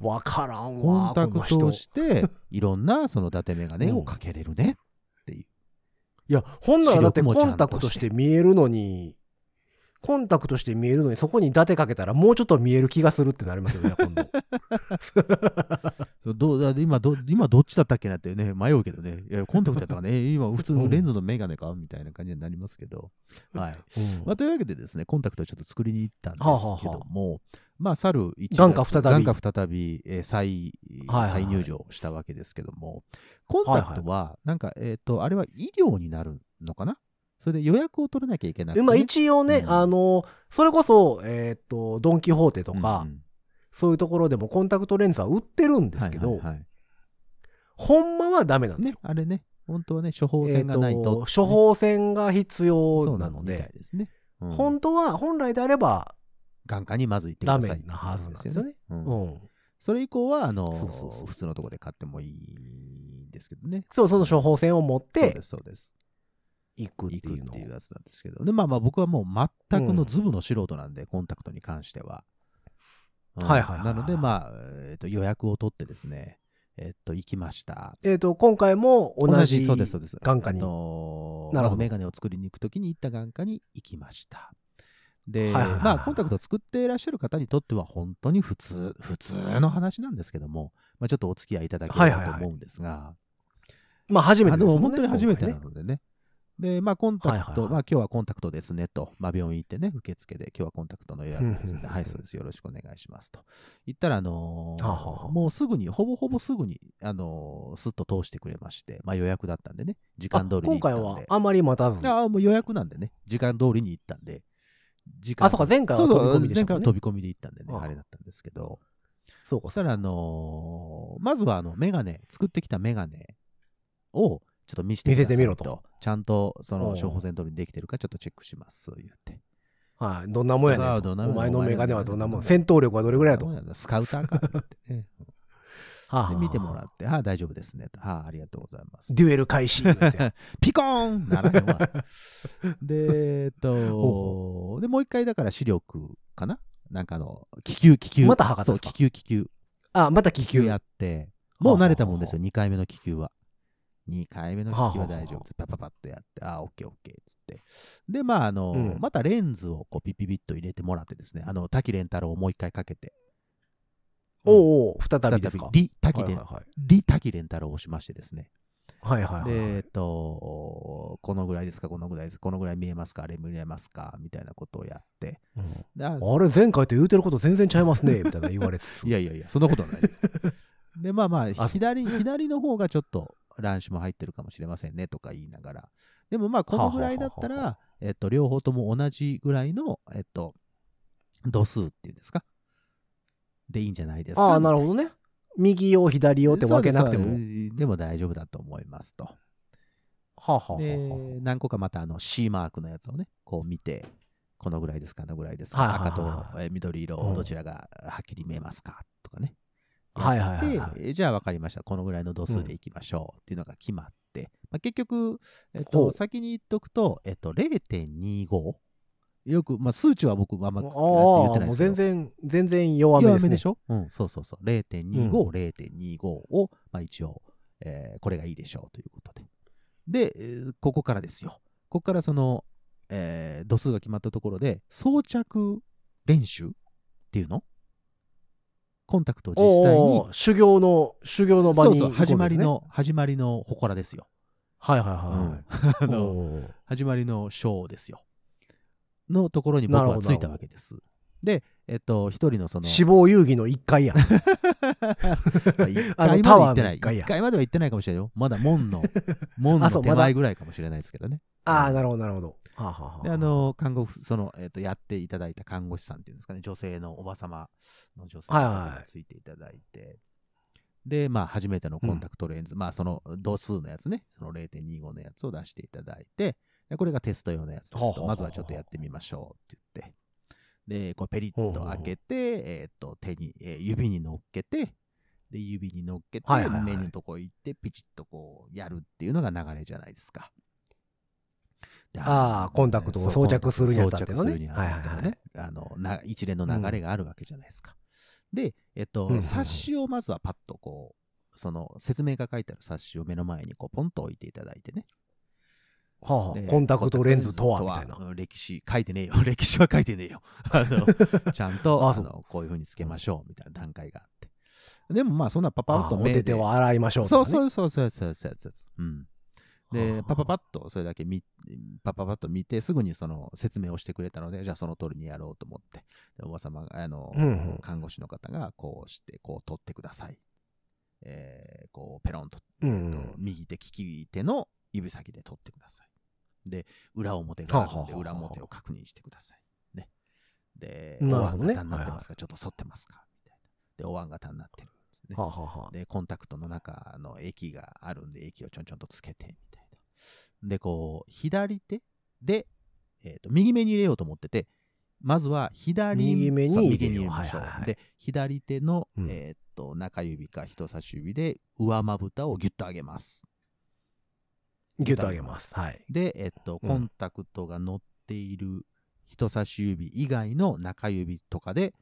Speaker 2: わからん
Speaker 3: コ
Speaker 2: わ
Speaker 3: ン、タ
Speaker 2: この
Speaker 3: クト
Speaker 2: 人
Speaker 3: を。して、いろんな、その、伊達メガネをかけれるね。
Speaker 2: いや、ほんならだって
Speaker 3: 視力もち
Speaker 2: コ
Speaker 3: ゃんと
Speaker 2: ンタクトして見えるのに、コンタクトして見えるのに、そこに伊達かけたらもうちょっと見える気がするってなります
Speaker 3: [LAUGHS]
Speaker 2: よね、今度。
Speaker 3: そうどうだって今ど、今どっちだったっけなってね、迷うけどね。いや、コンタクトやったかね。
Speaker 2: [LAUGHS]
Speaker 3: え今、普通のレンズのメガネかみたいな感じになりますけど。はい。
Speaker 2: うん
Speaker 3: まあ、というわけでですね、コンタクトをちょっと作りに行ったんですけ
Speaker 2: はあはあは
Speaker 3: ども、まあ、去る1月
Speaker 2: 眼科再び
Speaker 3: 眼科再び、えー再
Speaker 2: はいはいはい
Speaker 3: 再入場したわけですけども、コンタクトは、なんか、えっ、と、あれは医療になるのかなそれで予約を取らなきゃいけなく
Speaker 2: で
Speaker 3: て、
Speaker 2: まあ一応ね、
Speaker 3: うん
Speaker 2: あの、それこそ、えーっと、ドン・キホーテとか、
Speaker 3: うんうん
Speaker 2: そういうところでもコンタクトレンズは売ってるんですけど、
Speaker 3: はいはいはい
Speaker 2: ほんまはダメなんです
Speaker 3: ね
Speaker 2: よ。、
Speaker 3: あれね、本当はね、処方箋がないと、
Speaker 2: えー処方箋が必
Speaker 3: そ
Speaker 2: 要
Speaker 3: う
Speaker 2: な
Speaker 3: な
Speaker 2: の
Speaker 3: の
Speaker 2: で、
Speaker 3: みたいですね。うん
Speaker 2: 本当は、本来であれば、
Speaker 3: 眼科にまず行ってく
Speaker 2: ダ
Speaker 3: だ
Speaker 2: メ
Speaker 3: さい。
Speaker 2: なはずなんですよね。
Speaker 3: う
Speaker 2: うんん。
Speaker 3: それ以降は、あの
Speaker 2: そうそうそう
Speaker 3: 普通のとこで買ってもいいんですけどね。
Speaker 2: そう、その処方箋を持っ
Speaker 3: そう
Speaker 2: て
Speaker 3: です、そうです。
Speaker 2: いくって
Speaker 3: 行く
Speaker 2: いう
Speaker 3: っ
Speaker 2: の
Speaker 3: て
Speaker 2: を
Speaker 3: いうやつなんですけど。で、まあまあ僕はもう全くのズブの素人なんで、コンタクトに関しては。うん
Speaker 2: はいはいはいは
Speaker 3: ないので、まあ、えーと予約を取ってですね、えっと、行きました。
Speaker 2: えっ、と、今回も同じ
Speaker 3: そうです、そうです。
Speaker 2: 眼科に
Speaker 3: あ。のー
Speaker 2: なるほど
Speaker 3: まずメガネを作りに行くときに行った眼科に行きました。で、
Speaker 2: はいはいはいはい
Speaker 3: まあ、コンタクトを作っていらっしゃる方にとっては本当に普通、普通の話なんですけども、まあ、ちょっとお付き合いいただければと思うんですが、
Speaker 2: まあ、初めて
Speaker 3: あで
Speaker 2: も
Speaker 3: も
Speaker 2: んね
Speaker 3: 本当に初めてな
Speaker 2: 今回ね
Speaker 3: のでね。で、まあ、コンタクト、
Speaker 2: はいはいはい
Speaker 3: まあ、今日はコンタクトですねと、まあ、病院行ってね、受付で、今日はコンタクトの予約です
Speaker 2: うんうん
Speaker 3: ね、
Speaker 2: うん
Speaker 3: はい、そうです、よろしくお願いしますと。言ったら、あのー
Speaker 2: はあはあはあ
Speaker 3: もうすぐに、ほぼほぼすぐに、あのーすっと通してくれまして、まあ、予約だったんでね、時間通り
Speaker 2: あ
Speaker 3: に
Speaker 2: 今
Speaker 3: 行ったん
Speaker 2: 回
Speaker 3: で。
Speaker 2: はあまり待たずに。
Speaker 3: ああ、もう予約なんでね、時間通りに行ったんで、時
Speaker 2: あそうか前回は
Speaker 3: そうそう
Speaker 2: 飛び込みでしたもんね
Speaker 3: 前回は飛び込みで行ったんでね、
Speaker 2: ああ
Speaker 3: あれだったんですけど、
Speaker 2: そう
Speaker 3: そ
Speaker 2: か、
Speaker 3: したら、あのーまずはあの、メガネ、作ってきたメガネを、ちょっと見せてくださ
Speaker 2: 見
Speaker 3: い
Speaker 2: せてみろと。
Speaker 3: ちゃんと、そ
Speaker 2: お
Speaker 3: の、
Speaker 2: う
Speaker 3: 処方箋通りにできてるか、ちょっとチェックします、そう言って。
Speaker 2: はい。どんなもんやね
Speaker 3: さあ
Speaker 2: ん
Speaker 3: ど
Speaker 2: と。
Speaker 3: んなもん
Speaker 2: お前のメガネはどんなも
Speaker 3: お
Speaker 2: ん。
Speaker 3: 前
Speaker 2: 戦闘力はどれぐらいやと。
Speaker 3: どう
Speaker 2: は
Speaker 3: なんだスカウターかって言ってね。
Speaker 2: [LAUGHS] あ
Speaker 3: で、見てもら
Speaker 2: う。
Speaker 3: って、ああ、大丈夫ですね、と。ああ、ありがとうございます。
Speaker 2: デュエル開始。
Speaker 3: ピコーンならへん
Speaker 2: [LAUGHS]
Speaker 3: わ。で、えっと、で、もう一回、だから視力かななんかあの、気球、気球。
Speaker 2: また測った
Speaker 3: そ
Speaker 2: ん
Speaker 3: う、
Speaker 2: ですか
Speaker 3: 気球、気球。
Speaker 2: あ、また
Speaker 3: 気
Speaker 2: 気
Speaker 3: 球
Speaker 2: 球
Speaker 3: やって、もう慣れたもんです
Speaker 2: はあはあ
Speaker 3: よ、2回目の気球は。2回目の気球
Speaker 2: は
Speaker 3: は大丈
Speaker 2: あはあ
Speaker 3: 夫
Speaker 2: は
Speaker 3: です。パパパッとやって、あー、オッケーオッケーっつって。で、まあ、あの、
Speaker 2: うん
Speaker 3: またレンズをこうピピピッと入れてもらってですね、あの、滝蓮太郎をもう一回かけて。
Speaker 2: おうおう、再
Speaker 3: 再
Speaker 2: び
Speaker 3: び
Speaker 2: ですか。
Speaker 3: リ・滝
Speaker 2: はい
Speaker 3: 蓮、
Speaker 2: はい
Speaker 3: リ・滝蓮太郎をしましてですね。
Speaker 2: はい。はいはい
Speaker 3: で、
Speaker 2: はい
Speaker 3: えっと、このぐらいですか、このぐらいですこのぐらい見えますか、あれ見えますか、みたいなことをやって。
Speaker 2: うん
Speaker 3: であ
Speaker 2: あれ、前回と言うてること全然ちゃいますね、みたいな言われつつ。
Speaker 3: いやいやいや、そんなことはない。
Speaker 2: [LAUGHS]
Speaker 3: で、まあま
Speaker 2: そう
Speaker 3: あ、左、左の方がちょっと乱視も入ってるかもしれませんねとか言いながら。でもまあ、このぐらいだっ
Speaker 2: は
Speaker 3: た
Speaker 2: あはあは
Speaker 3: ら、えっと、両方とも同じぐらいの、えっと、度数っていうんですかでいいんじゃないですか
Speaker 2: ああ、なるほどね。右用、左用って分けなくて
Speaker 3: そう
Speaker 2: も。
Speaker 3: ですそうですでも大丈夫だと思いますと。
Speaker 2: はあはあはあ
Speaker 3: で
Speaker 2: はあ、
Speaker 3: 何個かまたあの C マークのやつをね、こう見て、このぐらいですか、あのぐらいです
Speaker 2: はい
Speaker 3: か、
Speaker 2: はいはい
Speaker 3: 赤とえー緑
Speaker 2: う
Speaker 3: 色
Speaker 2: ん、
Speaker 3: どちらがはっきり見えますかとかね。
Speaker 2: はいはい
Speaker 3: や
Speaker 2: はいはい
Speaker 3: ってえーじゃあ分かりました、このぐらいの度数でいきましょうっていうのが決まって、まあ、結局、えっ
Speaker 2: ほ
Speaker 3: と、
Speaker 2: う
Speaker 3: 先に言っとくと、えっと、0.25。よく、まあ、数値は僕、あんま
Speaker 2: ああ、
Speaker 3: 言ってない
Speaker 2: も
Speaker 3: で
Speaker 2: う全
Speaker 3: すけど。
Speaker 2: 然、全然弱めです、ね。
Speaker 3: 弱めでしょ、うん、そうそうそう。0.25、
Speaker 2: うん
Speaker 3: 0.25を、まあ、一応、えーこれがいいでしょうということで。で、えーここからですよ。ここからその、えー度数が決まったところで、装着練習っていうのコンタクトを実際
Speaker 2: おう
Speaker 3: に
Speaker 2: おう修行の、修行の場に
Speaker 3: そ
Speaker 2: 行くわけ
Speaker 3: うそう
Speaker 2: です
Speaker 3: 始
Speaker 2: ね
Speaker 3: まり。の、始まりの祠ですよ。
Speaker 2: はいはいはいはい。
Speaker 3: うんあの
Speaker 2: おうおう
Speaker 3: 始まりの章ですよ。のところに僕
Speaker 2: なる
Speaker 3: は
Speaker 2: ほど
Speaker 3: ついたわけです。で、えっと、一人のその、
Speaker 2: 死亡遊戯の1階や。
Speaker 3: まあ一
Speaker 2: あの
Speaker 3: 回
Speaker 2: タワ
Speaker 3: まで行
Speaker 2: ー
Speaker 3: っ
Speaker 2: の
Speaker 3: てない。
Speaker 2: 一階や
Speaker 3: 一回までは行ってないかもしれないよ。まだ
Speaker 2: [LAUGHS]
Speaker 3: 門の、門
Speaker 2: あそう
Speaker 3: の手
Speaker 2: まだ
Speaker 3: 前ぐらいかもしれないですけどね。
Speaker 2: ああ、なるほど、なるほど。はあはあはあ
Speaker 3: で、あ、の、看護婦、その、えっ、と、やっていただいた看護師さんっていうんですかね、女性のおば様の女性の
Speaker 2: はい
Speaker 3: 方
Speaker 2: は
Speaker 3: に
Speaker 2: い
Speaker 3: ついていただいて、で、まあ、初めてのコンタクトレンズ、まあ、その度数のやつね、その0.25のやつを出していただいて、でこれがテスト用のやつです
Speaker 2: ほうほうほうほ
Speaker 3: と、
Speaker 2: う
Speaker 3: まずはちょっとやってみましょうって言って、で、こう、ペリッと開けて、えっ、と、手に、えー指に乗っけて、で、指に乗っけて、
Speaker 2: はいはいはい
Speaker 3: 目のとこ行って、ピチッとこう、やるっていうのが流れじゃないですか。で
Speaker 2: あーコンタクトを装着するにあたってのね
Speaker 3: 装着するにあたって
Speaker 2: はいは
Speaker 3: の
Speaker 2: いはい
Speaker 3: ねあのな一連の流れがあるわけじゃないですか。で、えっと、
Speaker 2: うん
Speaker 3: 冊子をまずはパッとこう、その説明が書いてある冊子を目の前にこうポンと置いていただいてね。
Speaker 2: はあはあ
Speaker 3: で
Speaker 2: コンタクトレンズとは、みたいな。
Speaker 3: うん歴史、書いてねえよ。歴史は書いてねえよ。 [LAUGHS] あ
Speaker 2: [LAUGHS]
Speaker 3: の、ちゃんと、
Speaker 2: あ
Speaker 3: あ
Speaker 2: そう
Speaker 3: の、こういうふうにつけましょう、みたいな段階があって。でもまあ、そんなパパ
Speaker 2: あ
Speaker 3: ッ
Speaker 2: あ
Speaker 3: と
Speaker 2: お
Speaker 3: 目
Speaker 2: 手
Speaker 3: で
Speaker 2: 手を洗いましょうとか
Speaker 3: そ
Speaker 2: ね。
Speaker 3: うそうそうそうそうそうそうそう。うん。で、パパパッとそれだけ見、パパパッと見て、すぐにその説明をしてくれたので、じゃあその通りにやろうと思って、でおばさまが、あの、
Speaker 2: うんうん
Speaker 3: 看護師の方が、こうして、こう取ってください。えーこう、ペロンと、
Speaker 2: うん
Speaker 3: えーと右手、利き手の指先で取ってください。で、裏表があるので、
Speaker 2: はあはあはあ
Speaker 3: 裏表を確認してください。ね。で、お
Speaker 2: なるほ
Speaker 3: 椀
Speaker 2: どね
Speaker 3: 型になってますか、ちょっと反ってますかみたいな。で、お椀型になってるんですね。ね
Speaker 2: はあ、はあはあ、
Speaker 3: で、コンタクトの中の液があるんで、液をちょんちょんとつけて、みたいな。で、こう、左手で、えっ、と、右目に入れようと思ってて、まずは左
Speaker 2: 右目に
Speaker 3: そう
Speaker 2: 入れよう
Speaker 3: 右に入れましょう。
Speaker 2: はいはいはい
Speaker 3: で、左手の、
Speaker 2: うん
Speaker 3: えっ、と、中指か人差し指で上まぶたをギュッと上げます。
Speaker 2: ギュッと上げます。はい。
Speaker 3: で、えっ、と、
Speaker 2: うん
Speaker 3: コンタクトが乗っている人差し指以外の中指とかで、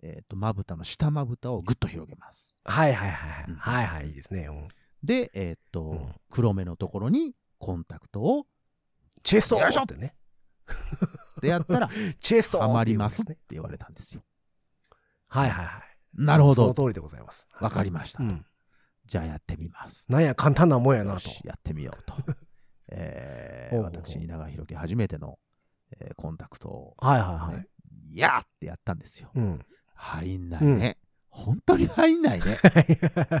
Speaker 3: えっ、と、まぶたの下まぶたをぐっと広げます。
Speaker 2: はいはいはい
Speaker 3: うん
Speaker 2: はい。はいはい、いいですね。うん
Speaker 3: で、えーっと、
Speaker 2: うん
Speaker 3: 黒目のところにコンタクトを
Speaker 2: チェスト
Speaker 3: よいしょ
Speaker 2: ってね。
Speaker 3: で
Speaker 2: [LAUGHS]
Speaker 3: やったら、
Speaker 2: チェスト
Speaker 3: ハマります
Speaker 2: っ
Speaker 3: って
Speaker 2: い
Speaker 3: て
Speaker 2: うんですね
Speaker 3: 言われたんですよ。
Speaker 2: はいはいはい。
Speaker 3: なるほ
Speaker 2: その
Speaker 3: ど。
Speaker 2: 通りでございます。
Speaker 3: わかり
Speaker 2: ま
Speaker 3: ました。
Speaker 2: うん。
Speaker 3: じゃあやってみます。
Speaker 2: なんや、簡単なもんやな
Speaker 3: よ
Speaker 2: と。
Speaker 3: し、やってみよう
Speaker 2: [LAUGHS]
Speaker 3: と。え
Speaker 2: ほ
Speaker 3: ー、
Speaker 2: うほうほう
Speaker 3: 私、稲川博樹、初めての、えーコンタクトを、
Speaker 2: はいはいはい
Speaker 3: ね。やーってやったんですよ。
Speaker 2: うん。
Speaker 3: 入んないね。本当に入んないね。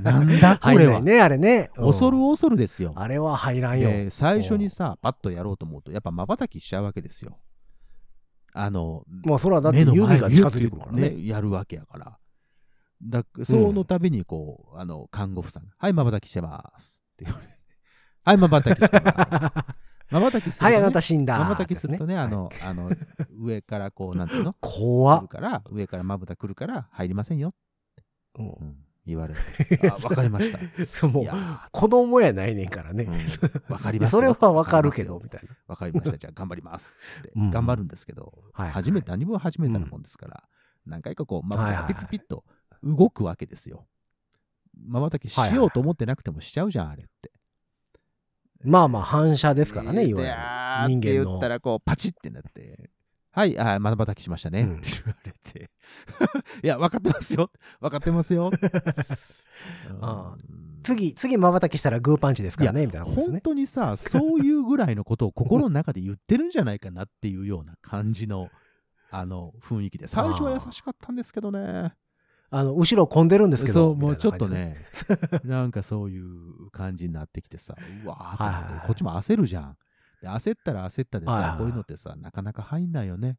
Speaker 2: な
Speaker 3: なんだこれは。
Speaker 2: ね、あれね。うん
Speaker 3: 恐る恐るですよ。
Speaker 2: あれは入らんよ。
Speaker 3: で最初にさ、パッとやろうと思うと、やっぱ瞬きしちゃうわけですよ。あの、
Speaker 2: まあ、それはだって
Speaker 3: 目の
Speaker 2: 指
Speaker 3: 前
Speaker 2: が近づいてくるからね。
Speaker 3: ねやるわけやから。だそのたびに、こう、あの、看護婦さんが、はい、まばたきしてます。って言われて [LAUGHS] はい、まばたきし
Speaker 2: [LAUGHS]
Speaker 3: てます。まばたきすると、
Speaker 2: は
Speaker 3: ね。
Speaker 2: い、あなた死んだ。
Speaker 3: まばたきするとね、あ
Speaker 2: はい
Speaker 3: の、あの、上からこ
Speaker 2: [LAUGHS]
Speaker 3: う、なんていうの来
Speaker 2: 怖
Speaker 3: るから、上からまぶた来るから、入りませんよ。
Speaker 2: うん
Speaker 3: うん言われて。あ、わかりました。
Speaker 2: [LAUGHS] も
Speaker 3: いうや、ー
Speaker 2: 子供やないねんからね。
Speaker 3: うんわかりますよ。
Speaker 2: それはわかるけど、みたいな。
Speaker 3: わかりました。じゃあ頑張りますって。
Speaker 2: うん
Speaker 3: 頑張るんですけど、
Speaker 2: はいはい
Speaker 3: 初めて、何分初めてなもんですから、何回かこう、まばた
Speaker 2: はいはい
Speaker 3: きピ
Speaker 2: はい
Speaker 3: ッピッピッと動くわけですよ。まばたきしようと思ってなくてもしちゃうじゃん、あれって。
Speaker 2: まあまあ、反射ですからね、
Speaker 3: えー
Speaker 2: いわゆる
Speaker 3: であー。
Speaker 2: 人間
Speaker 3: って言
Speaker 2: の
Speaker 3: った。ら、こう、パチってなって。はい、あーまばたきしましたね。
Speaker 2: うん
Speaker 3: って言われて。 [LAUGHS] いや、分かってますよ。分かってま
Speaker 2: [LAUGHS]
Speaker 3: すよ。
Speaker 2: あ
Speaker 3: うん
Speaker 2: 次、次、まばたきしたらグーパンチですからね、みたいなことです
Speaker 3: 本
Speaker 2: ね。
Speaker 3: 当にさ、そういうぐらいのことを心の中で言ってるんじゃないかなっていうような感じの、あの、雰囲気で。最初は優しかったんですけどね。
Speaker 2: あの、後ろ混んでるんですけど。
Speaker 3: そう、もう
Speaker 2: み
Speaker 3: ち
Speaker 2: た
Speaker 3: ょ
Speaker 2: い
Speaker 3: っ
Speaker 2: な
Speaker 3: と
Speaker 2: 感じで。
Speaker 3: ね、 [LAUGHS] なんかそういう感じになってきてさ、うわー
Speaker 2: はいはいはい
Speaker 3: と思ってこっちも焦るじゃん。で焦ったら焦ったで
Speaker 2: はいはいはい、
Speaker 3: さこういうのってさ、なかなか入んないよね。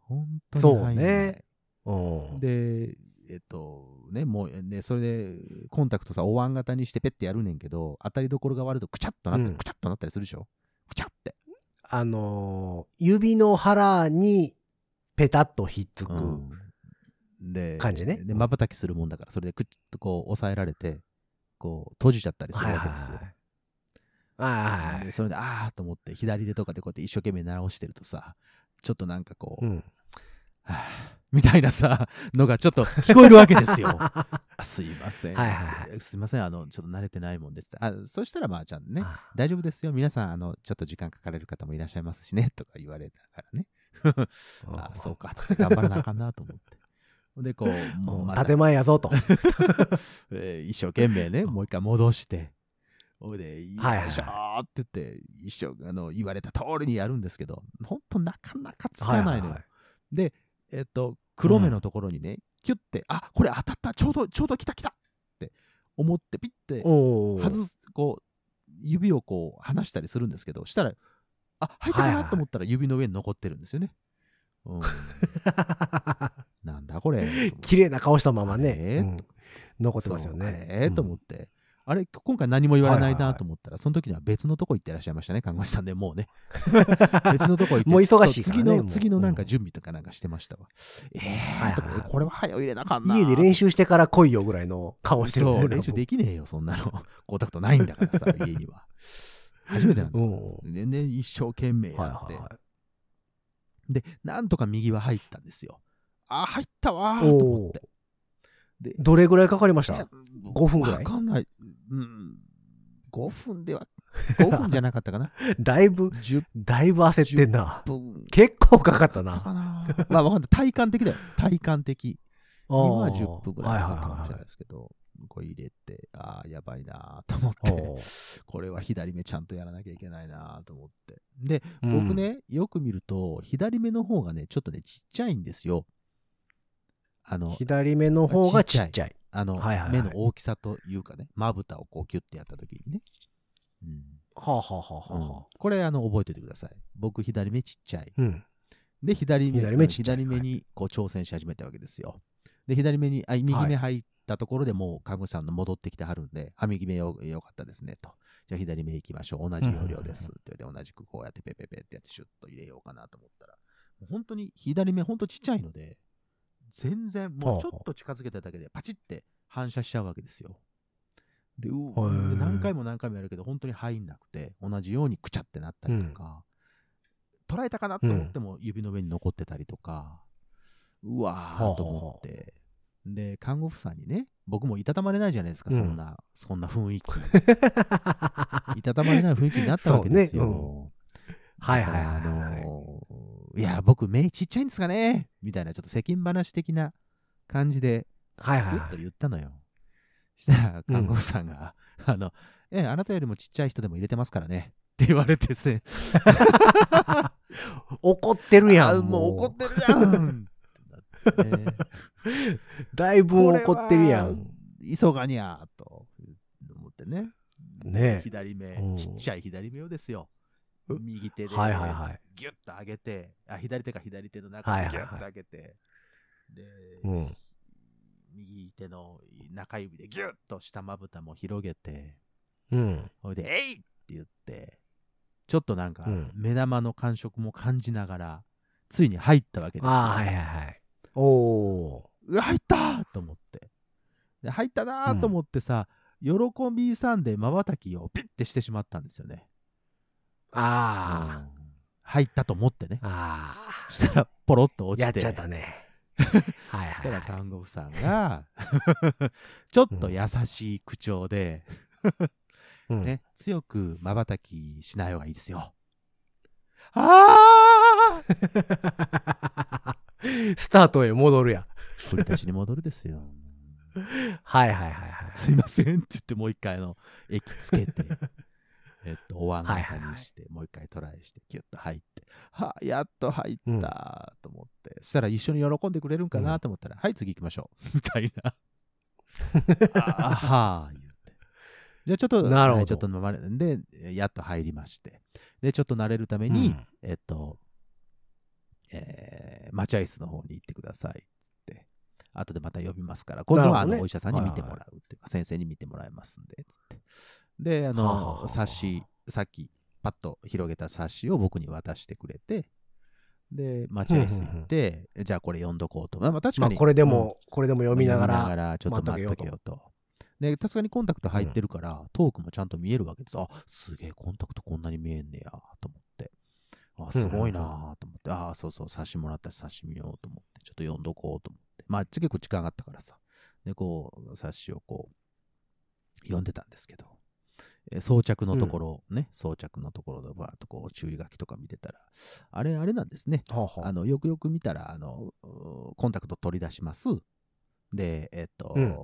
Speaker 3: 本当に
Speaker 2: そう
Speaker 3: 入んない。
Speaker 2: ね。うん。
Speaker 3: で、えっと、ね、もうね、それで、コンタクトさ、お椀型にしてペッてやるねんけど、当たりどころが悪いと、くちゃっとなって、
Speaker 2: うん
Speaker 3: くちゃっとなったりするでしょくちゃって。
Speaker 2: あのー指の腹にペタッとひっつく。
Speaker 3: うんで、
Speaker 2: 感じね
Speaker 3: で、まばたきするもんだから、それでくっとこう、抑えられて、こう、閉じちゃったりする
Speaker 2: はい
Speaker 3: わ
Speaker 2: はい
Speaker 3: け
Speaker 2: は
Speaker 3: ですよ。
Speaker 2: い。はいはいは
Speaker 3: で
Speaker 2: い。
Speaker 3: それで、あーと思って、左手とかでこうやって一生懸命直してるとさ、ちょっとなんかこう、
Speaker 2: うん。
Speaker 3: はぁみたいなさ、のがちょっと聞こえるわけで
Speaker 2: [LAUGHS]
Speaker 3: すよ。あすいません。
Speaker 2: はいはいは
Speaker 3: すいません、あの、ちょっと慣れてないもんです。あ、そしたらまあ、ちゃんとね、
Speaker 2: あ
Speaker 3: 大丈夫ですよ。皆さん、あの、ちょっと時間かかれる方もいらっしゃいますしね、とか言われたからね。あ
Speaker 2: うん
Speaker 3: そうか。頑張らなあかんなと思って。で、こう、もうまた、
Speaker 2: 建前やぞと。
Speaker 3: [LAUGHS] えー一生懸命ね、もう一回戻して、ほいで、
Speaker 2: はいはい
Speaker 3: よいしょーって言って、一生、あの、言われた通りにやるんですけど、ほんとなかなか [LAUGHS] つかないのよ。
Speaker 2: ははは
Speaker 3: で、えっと、黒目のところにね、キュッて、あこれ当たった、ちょうど、ちょうど来た来たって思って、ピッて
Speaker 2: おー
Speaker 3: 外す、こう、指をこう、離したりするんですけど、したら、あ入ったか
Speaker 2: はいは
Speaker 3: ないと思ったら指の上に残ってる
Speaker 2: [LAUGHS]
Speaker 3: んですよね。うん、なんだこれ。
Speaker 2: [LAUGHS] [LAUGHS] 綺麗な顔したまま
Speaker 3: あれ
Speaker 2: ね。うん残ってますよね。
Speaker 3: ええ
Speaker 2: うん
Speaker 3: と思って。あれ、今回何も言われない
Speaker 2: はいはいは
Speaker 3: ないと思ったら、その時には別のとこ行ってらっしゃいましたね、看護師さんで
Speaker 2: [LAUGHS]
Speaker 3: もうね。別のとこ行って。
Speaker 2: もう忙しいからね
Speaker 3: そう次
Speaker 2: も
Speaker 3: の、
Speaker 2: う
Speaker 3: 次のなんか準備とかなんかしてましたわ。え
Speaker 2: はい
Speaker 3: え
Speaker 2: はいはい
Speaker 3: とこれは早入れなあかんな。
Speaker 2: 家で練習してから来いよぐらいの顔してる
Speaker 3: そ
Speaker 2: ね
Speaker 3: う、練習できねえよ、そんなの。 [LAUGHS] コンタクトないんだからさ、家には。初めてなんだから
Speaker 2: おう。
Speaker 3: でね、一生懸命
Speaker 2: はい
Speaker 3: や
Speaker 2: は
Speaker 3: っ
Speaker 2: い
Speaker 3: て。
Speaker 2: はい
Speaker 3: で、なんとか右は入ったんですよ。あ、入ったわーと思っ
Speaker 2: おー
Speaker 3: て。で、
Speaker 2: どれぐらいかかりまし
Speaker 3: いや
Speaker 2: た5分ぐらい
Speaker 3: わかんない。うん。5
Speaker 2: [LAUGHS]
Speaker 3: 分では、5分じゃなかったかな。
Speaker 2: だいぶ、
Speaker 3: 10
Speaker 2: だいぶ焦ってんな。
Speaker 3: 分
Speaker 2: 結構かかった
Speaker 3: だ
Speaker 2: な。
Speaker 3: かな。まあわかんない。体感的だよ。体感的。今は10分ぐらいかかったかもしれないですけど、これ入れて、ああ、やばいなーと思って、これは左目ちゃんとやらなきゃいけないなーと思って。で、僕、ね、よく見ると、左目の方がね、ちょっとね、ちっちゃいんですよ。あ
Speaker 2: おー
Speaker 3: の、
Speaker 2: 左目の方がちっちゃい。
Speaker 3: あの、
Speaker 2: はいはいはい
Speaker 3: 目の大きさというかね、まぶたをこうキュッてやった時にね。うん
Speaker 2: はあはあはあ
Speaker 3: うん
Speaker 2: はあ。
Speaker 3: これあの覚えておいてください。僕左目ちっちゃい。 [LAUGHS]
Speaker 2: うん。
Speaker 3: で左目
Speaker 2: 左目ちっちゃい
Speaker 3: うん左目にこう挑戦し始めたわけですよ。で左目にあ右目入っったところでもう看護師さんの戻ってきてはるんで、あ、右目よよかったですねと。じゃあ左目行きましょう。同じ要領です。って言って、同じくこうやってペペペってやってシュッと入れようかなと思ったら、もう本当に左目ほんとちっちゃいので、全然もうちょっと近づけただけでパチって反射しちゃうわけですよ。で、う
Speaker 2: へー
Speaker 3: ーで何回も何回もやるけど、本当に入んなくて、同じようにくちゃってなったりとか、捉えたかなと思っても指の上に残ってたりとか、うわ
Speaker 2: はあは
Speaker 3: ー
Speaker 2: あ
Speaker 3: と思って、で、看護婦さんにね、僕もいたたまれないじゃないですか、
Speaker 2: うん
Speaker 3: そんな、そんな雰囲気。いたたまれない雰囲気になったわけです
Speaker 2: [LAUGHS]
Speaker 3: よ。
Speaker 2: そうねはいはいはい
Speaker 3: あ
Speaker 2: はい。
Speaker 3: のーいや、僕、目ちっちゃいんですかねみたいな、ちょっと世間話的な感じで、
Speaker 2: はい
Speaker 3: ふ
Speaker 2: はい
Speaker 3: っ
Speaker 2: は
Speaker 3: と
Speaker 2: い。
Speaker 3: 言ったのよ。したら、看護婦さんが、あの、ええ、あなたよりもちっちゃい人でも入れてますからね。って言われてですね。
Speaker 2: 怒ってるや
Speaker 3: あ
Speaker 2: ん。
Speaker 3: もう
Speaker 2: も
Speaker 3: 怒ってるやんってなってね
Speaker 2: うだいぶ怒ってるや
Speaker 3: これ
Speaker 2: ん。
Speaker 3: 急がにゃーと思ってね。
Speaker 2: ね
Speaker 3: 左目
Speaker 2: う、ん
Speaker 3: ちっちゃい左目をですよ。
Speaker 2: う
Speaker 3: 右手で、
Speaker 2: はいはいはい
Speaker 3: ギュッと上げて、あ、左手か左手の中
Speaker 2: はい
Speaker 3: で
Speaker 2: はいは
Speaker 3: ギ
Speaker 2: い
Speaker 3: ュッと上げて、で、
Speaker 2: うん
Speaker 3: 右手の中指でギュッと下まぶたも広げて、
Speaker 2: うん。
Speaker 3: ほいで、えいって言って、ちょっとなんか
Speaker 2: うん
Speaker 3: 目玉の感触も感じながら、ついに入ったわけですよ。
Speaker 2: ああ、はいはいはい。おー。
Speaker 3: うわ入ったーと思ってで入ったなーと思ってさ、喜びさんでまばたきをピッてしてしまったんですよね
Speaker 2: あ
Speaker 3: うん入ったと思ってね
Speaker 2: あ。ああ。
Speaker 3: そしたらポロッと落
Speaker 2: や
Speaker 3: ち
Speaker 2: ってちゃったね。
Speaker 3: [LAUGHS]
Speaker 2: はい
Speaker 3: そ
Speaker 2: は
Speaker 3: した
Speaker 2: い
Speaker 3: ら
Speaker 2: はい。
Speaker 3: 看護婦さんが [LAUGHS] ちょっと優しい口調で、
Speaker 2: うん
Speaker 3: ね強くまばたきしない方がいいですよああ
Speaker 2: [LAUGHS] スタートへ戻るや。
Speaker 3: 振り出しに戻るですよ
Speaker 2: はいはいはいはい。
Speaker 3: すいませんって言ってもう一回あの液つけ
Speaker 2: [LAUGHS]
Speaker 3: てえっとお椀
Speaker 2: はい
Speaker 3: 型
Speaker 2: はいはい
Speaker 3: にしてもう一回トライしてキュッと入ってはあやっと入ったと思って、そしたら一緒に喜んでくれるんかなと思ったら、はい次行きましょう [LAUGHS] みたい
Speaker 2: [LAUGHS]
Speaker 3: なああはあ言ってじゃあちょっと
Speaker 2: なるほど
Speaker 3: はいちょっと飲まれでやっと入りましてでちょっと慣れるために、
Speaker 2: うん
Speaker 3: えっとえー、待合室の方に行ってくださいっつって後でまた呼びますから今度は
Speaker 2: な
Speaker 3: あ
Speaker 2: るほどね
Speaker 3: のお医者さんに見てもらうっていうか、先生に見てもらいますんで、つって。で、あ
Speaker 2: はあはあは
Speaker 3: の、
Speaker 2: あ
Speaker 3: 冊子、さっき、パッと広げた冊子を僕に渡してくれて、で、待合室行って、じゃあこれ読んどこうと。まあ、確
Speaker 2: まあ
Speaker 3: かに。
Speaker 2: これで
Speaker 3: うん、
Speaker 2: も、これでも読みなが
Speaker 3: 読み
Speaker 2: ら。
Speaker 3: ながら、ちょっと待っとけよと。で、確かにコンタクト入ってるから、トークもちゃんと見えるわけです。あ、すげえ、コンタクトこんなに見えんねや、と思って。あ、すごいなあと思って。ああ、そうそう、冊子もらったし、冊子見ようと思って。ちょっと読んどこうと思って。まあ、結構時間があったからさ。で、こう、冊子をこう、読んでたんですけど、えー装着のところ、ね、装着のところでバーっとこう、注意書きとか見てたら、あれ、あれなんですね。
Speaker 2: ほうほう
Speaker 3: あのよくよく見たらあのうコンタクト取り出しますでえっと、
Speaker 2: うん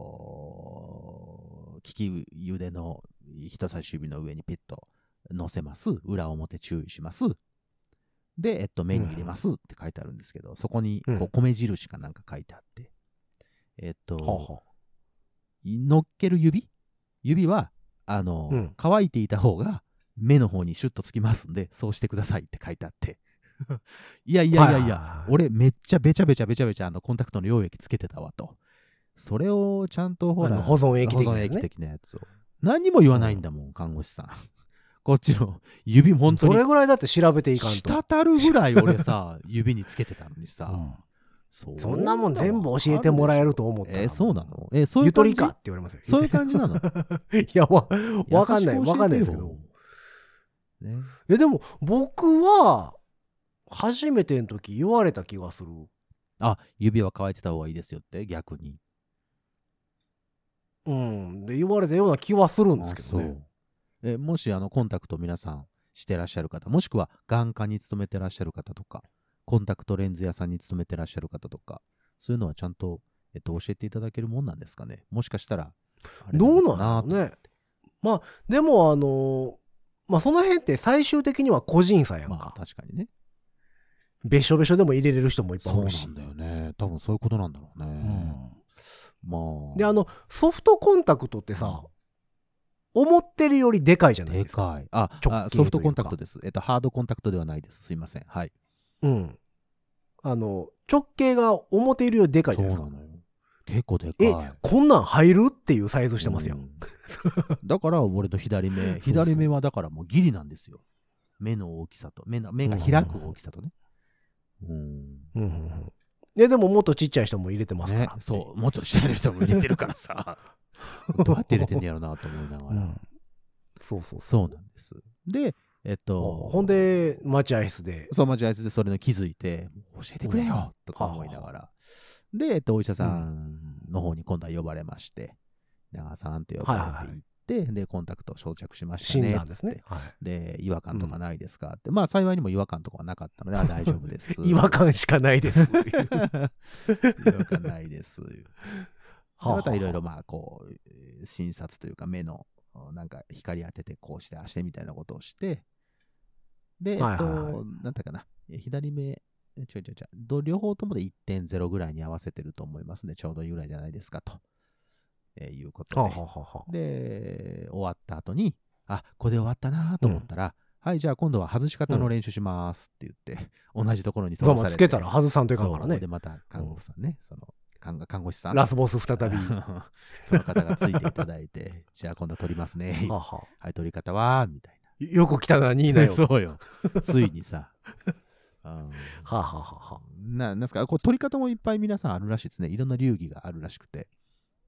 Speaker 3: 利き腕の人差し指の上にピッと乗せます裏表注意しますで、えっと、目に入れますって書いてあるんですけど、そこに
Speaker 2: う
Speaker 3: こ
Speaker 2: ん
Speaker 3: う米印かなんか書いてあって、えっと、
Speaker 2: ほうほ
Speaker 3: 乗っける指指はあの、
Speaker 2: うん
Speaker 3: 乾いていた方が目の方にシュッとつきますんでそうしてくださいって書いてあって [LAUGHS] いやいうやいや
Speaker 2: はいは
Speaker 3: や
Speaker 2: は
Speaker 3: 俺めっちゃべちゃべちゃべちゃべちゃあのコンタクトの溶液つけてたわとそれをちゃんとほ
Speaker 2: あ
Speaker 3: ら
Speaker 2: の保存液的
Speaker 3: 保
Speaker 2: な
Speaker 3: 存
Speaker 2: やつ
Speaker 3: 液
Speaker 2: ね。
Speaker 3: 的なやつを何にも言わないんだもん、看護師さん [LAUGHS] こっちの指本当
Speaker 2: それ
Speaker 3: に
Speaker 2: ぐらいだって調べていかんと。
Speaker 3: 滴るぐらい俺さ指につけてたのにさ、
Speaker 2: うん
Speaker 3: そ
Speaker 2: そんなもん全部教えてもらえると思ったら
Speaker 3: えーそうなのえーそうい
Speaker 2: ゆ
Speaker 3: う
Speaker 2: と
Speaker 3: 感じ
Speaker 2: りかって言われますよ。
Speaker 3: そういう感じなの
Speaker 2: いや、わ、 [LAUGHS] わかんない、わかんないですけど。。
Speaker 3: ね、
Speaker 2: いや、でも、僕は、初めての時言われた気がする。
Speaker 3: あ、指は乾いてた方がいいですよって、逆に。
Speaker 2: うん。で、言われたような気はするんですけどね。
Speaker 3: えもし、あの、コンタクトを皆さんしてらっしゃる方、もしくは眼科に勤めてらっしゃる方とか、コンタクトレンズ屋さんに勤めてらっしゃる方とか、そういうのはちゃんと、えっと、教えていただけるもんなんですかね。もしかしたら、あれ
Speaker 2: どう
Speaker 3: のか
Speaker 2: なん
Speaker 3: と
Speaker 2: ですかね。まあ、でも、あのまあ、その辺って最終的には個人差やんか。
Speaker 3: まあ、確かにね。
Speaker 2: べしょべしょでも入れれる人もいっぱい
Speaker 3: そ
Speaker 2: お
Speaker 3: う
Speaker 2: る
Speaker 3: な
Speaker 2: し。
Speaker 3: んだよね。多分そういうことなんだろうね。まあ。
Speaker 2: で、あの、ソフトコンタクトってさ、思ってるよりでかいじゃない
Speaker 3: で
Speaker 2: ですか。
Speaker 3: かい。あ、
Speaker 2: 直
Speaker 3: あ
Speaker 2: 径
Speaker 3: ソフ
Speaker 2: という
Speaker 3: ト
Speaker 2: か
Speaker 3: コンタクトです。えっと、ハードコンタクトではないです。すいません。はい。
Speaker 2: うん。あの、直径が思っているよりでかいじ
Speaker 3: そ
Speaker 2: ゃ
Speaker 3: う
Speaker 2: ない
Speaker 3: な
Speaker 2: ですか。
Speaker 3: のよ。結構でか
Speaker 2: え
Speaker 3: い。
Speaker 2: こんなん入るっていうサイズしてますや。
Speaker 3: うんだから俺の左目、左目はだからもうギリなんですよ。目の大きさと、目の目が開く大きさとね。うん。
Speaker 2: うんうんうんででももっとちっちゃい人も入れてますから
Speaker 3: ね、そう、もうちょっと下の人も入れてるからさ。どうやって入れてんねやろなと思いなが
Speaker 2: う
Speaker 3: ら。
Speaker 2: んそうそうそう
Speaker 3: そうなんです。で、えっと、
Speaker 2: ほんで待合室で
Speaker 3: そう、待ち合わせでそれの気づいて、教えてくれよとか思いながら。で、えっと、お医者さんの方に今度は呼ばれまして、長さんって呼ばれて行って、で、コンタクトを装着しました
Speaker 2: 診
Speaker 3: ね。
Speaker 2: 断ですね。はい
Speaker 3: で、違和感とかないですかって。まあ、幸いにも違和感とかはなかったの
Speaker 2: [LAUGHS]。
Speaker 3: で、あ大丈夫です
Speaker 2: 違
Speaker 3: [LAUGHS]
Speaker 2: 和感しかないです。
Speaker 3: 違和感ないです。
Speaker 2: はあ
Speaker 3: またいろいろ、まあ、こう、えー診察というか、目の、なんか光当てて、こうして、ああしてみたいなことをして、で、えっと、
Speaker 2: はいはいはい
Speaker 3: なんだかな、えー左目、え違う違う違うど、両方ともで1.0ぐらいに合わせてると思いますね、ちょうどいいぐらいじゃないですか、と、えーいうことで。
Speaker 2: はあはあはあはあ
Speaker 3: で、終わった後に、あ、これで終わったなと思ったら、はい、じゃあ今度は外し方の練習しますって言って、同じところに飛
Speaker 2: まあま
Speaker 3: ばさ
Speaker 2: あ
Speaker 3: れて。
Speaker 2: つけたら外さんといかんから
Speaker 3: そう
Speaker 2: ね
Speaker 3: で、。また看護婦さんね、その看、看護師さん。
Speaker 2: ラスボス再び。は
Speaker 3: [LAUGHS] その方がついていただいて、 [LAUGHS] じゃあ今度取りますね。
Speaker 2: あはあ
Speaker 3: はい、取り方は、みたい
Speaker 2: よく来たな、ニーナ
Speaker 3: な。
Speaker 2: よ。[LAUGHS]
Speaker 3: うよ。ついにさ。うん
Speaker 2: はあはあはあは
Speaker 3: ななんすかこう取り方もいっぱい皆さんあるらしいですね。いろんな流儀があるらしくて。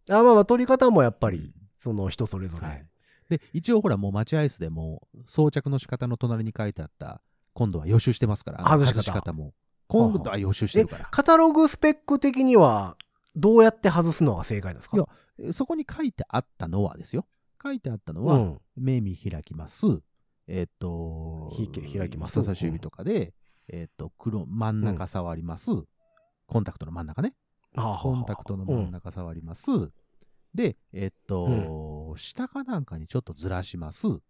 Speaker 2: ああまあまあ、取り方もやっぱ
Speaker 3: うん
Speaker 2: り、その人それぞれ。
Speaker 3: はい、で一応ほらもう待合室でも装着の仕方の隣に書いてあった今度は予習してますからあの
Speaker 2: 外し方
Speaker 3: も今度は予習してるから
Speaker 2: カタログスペック的には、どうやって外すのが正解ですか
Speaker 3: いやえそこに書いてあったのはですよ書いてあったの
Speaker 2: う
Speaker 3: は、
Speaker 2: ん。
Speaker 3: 目見開きますえっ、と
Speaker 2: ひけ開きます
Speaker 3: 人差し指とかで、えっ、と黒真ん中触ります、コンタクトの真ん中ね
Speaker 2: はあはあはあ
Speaker 3: コンタクトの真ん中触ります、でえっ、と、下かなんかにちょっとずらします、
Speaker 2: うんは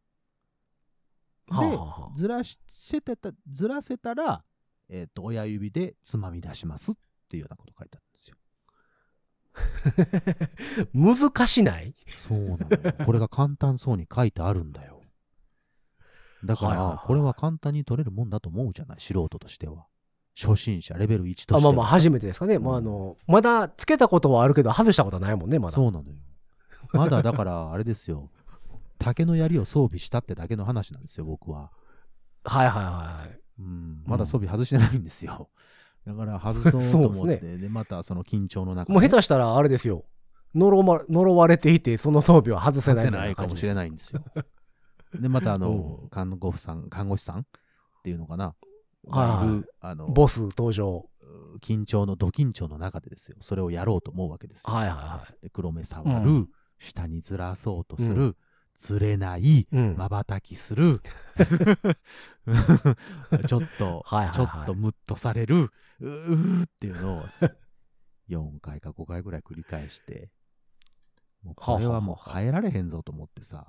Speaker 2: あはあはあ
Speaker 3: ずらしてた、ずらせたら、えっ、と、親指でつまみ出しますっていうようなこと書いてあるんですよ。
Speaker 2: [LAUGHS] 難しない
Speaker 3: そうなの [LAUGHS] よ。これが簡単そうに書いてあるんだよ。だか
Speaker 2: はいはいは
Speaker 3: ら
Speaker 2: い、
Speaker 3: これは簡単に取れるもんだと思うじゃない、素人としては。初心者、レベル1と
Speaker 2: あ
Speaker 3: して
Speaker 2: ま
Speaker 3: は。
Speaker 2: あまあ、初めてですかね。
Speaker 3: うん
Speaker 2: まあ、あの、まだつけたことはあるけど、外したことはないもんね、まだ。
Speaker 3: そうなのよ。まだだから、あれですよ。竹の槍を装備したってだけの話なんですよ、僕は。
Speaker 2: はいはいはいはい。
Speaker 3: うん、まだ装備外してないんですよ。だから外そうと思っ
Speaker 2: そう
Speaker 3: て、
Speaker 2: で
Speaker 3: でまたその緊張の中、
Speaker 2: もう下手したら、あれですよ。呪ま呪われていて、その装備は外せない
Speaker 3: せないかもしれ
Speaker 2: い。
Speaker 3: ないんです
Speaker 2: [LAUGHS]
Speaker 3: よ。で、またあ
Speaker 2: う
Speaker 3: の
Speaker 2: ん、
Speaker 3: 看護婦さん、看護師さんっていうのか
Speaker 2: はい
Speaker 3: な。
Speaker 2: はい
Speaker 3: がいるあの、
Speaker 2: ボス登場。
Speaker 3: 緊張の、ド緊張の中でですよ。それをやろうと思うわけですよ。
Speaker 2: はいはいは
Speaker 3: で黒目触る、
Speaker 2: う
Speaker 3: 下にずらそうとす
Speaker 2: う
Speaker 3: る、ずれない、
Speaker 2: い。うん。
Speaker 3: まばたき
Speaker 2: [LAUGHS]
Speaker 3: する、 [LAUGHS] ちょっと、
Speaker 2: はいはいはい
Speaker 3: ちょっとムッとされる、うーっていうのをす4回か5回ぐらい繰り返して、もうこれはもう変えられへんぞと思ってさ、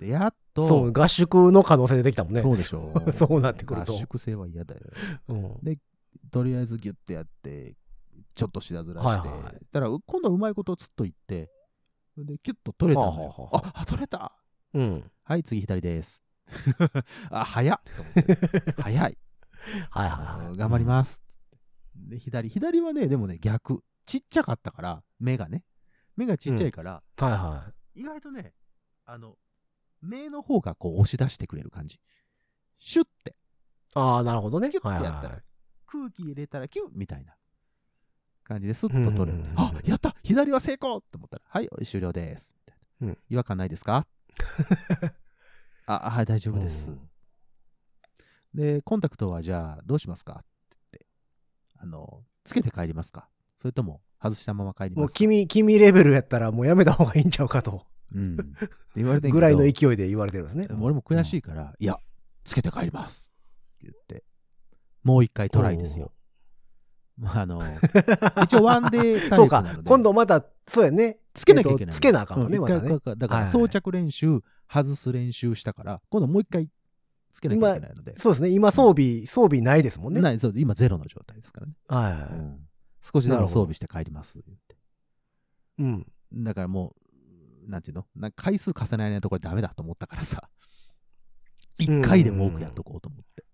Speaker 3: でやっと、
Speaker 2: そう、合宿の可能性出てきたもんね。
Speaker 3: そうでしょ
Speaker 2: [LAUGHS] そうなってくると
Speaker 3: 合宿生は嫌だよ。
Speaker 2: うん
Speaker 3: とりあえずギュッてやって、ちょっと下ずらして、
Speaker 2: はいはいはい
Speaker 3: たら今度はうまいことつっといって、で、キュッと取れたの
Speaker 2: はあ
Speaker 3: よ。
Speaker 2: はあは
Speaker 3: あ、あ、取れた
Speaker 2: うん。
Speaker 3: はい、次左です。 [LAUGHS] あ、早っと思って早い。
Speaker 2: はいはい
Speaker 3: あ
Speaker 2: は
Speaker 3: の
Speaker 2: い。
Speaker 3: 頑張ります。で、左。左はね、でもね、逆。ちっちゃかったから、目がね。目がちっちゃいから、
Speaker 2: す。はいは
Speaker 3: 意外とね、あの、目の方がこう押し出してくれる感じ。シュッて、
Speaker 2: い。ああ、なるほどね。はい
Speaker 3: っ
Speaker 2: は
Speaker 3: て
Speaker 2: い
Speaker 3: やった
Speaker 2: は
Speaker 3: ら
Speaker 2: い。
Speaker 3: 空気入れたらキュッみたいな感じですっと取
Speaker 2: う
Speaker 3: れ
Speaker 2: んうん
Speaker 3: て
Speaker 2: う、ん
Speaker 3: あ、やった左は成功と思ったら、はい、終了です。みたいな
Speaker 2: うん
Speaker 3: 違和感ないです
Speaker 2: [LAUGHS]
Speaker 3: かあ、はい、大丈夫です。で、コンタクトはじゃあどうしますかって言って、あの、つけて帰りますかそれとも外したまま帰り
Speaker 2: も
Speaker 3: ま
Speaker 2: う
Speaker 3: すか
Speaker 2: 君、君レベルやったらもうやめた方がいいんちゃうかと。
Speaker 3: うん。って言われてんけど
Speaker 2: ぐらいの勢いで言われてるんですね。
Speaker 3: 俺も悔しいから、いや、つけて帰りますって言って、もう一回トライですよ。まあ、
Speaker 2: [LAUGHS]
Speaker 3: あの、一応ワンデータ
Speaker 2: そ
Speaker 3: イ
Speaker 2: う
Speaker 3: プ
Speaker 2: か
Speaker 3: なので。。
Speaker 2: 今度また、そうやね。
Speaker 3: つけなきゃいけな
Speaker 2: えっ
Speaker 3: いの。
Speaker 2: とつけなあかんもんね、
Speaker 3: う
Speaker 2: ま
Speaker 3: 一
Speaker 2: た
Speaker 3: 回
Speaker 2: ね。
Speaker 3: だから
Speaker 2: はい
Speaker 3: 装着練習、外す練習したから、今度もう一回つけなきゃいけないので。
Speaker 2: そうですね。今装備、装備ないですもんね。
Speaker 3: ないそう今ゼロの状態ですからね。
Speaker 2: はいはいうは
Speaker 3: ん少しで
Speaker 2: なる
Speaker 3: も
Speaker 2: ほど
Speaker 3: 装備して帰ります。
Speaker 2: い。うん。
Speaker 3: だからもう、なんていうのなんか回数重ねないとこれダメだと思ったからさ。一回でも多くやっとこうと思って。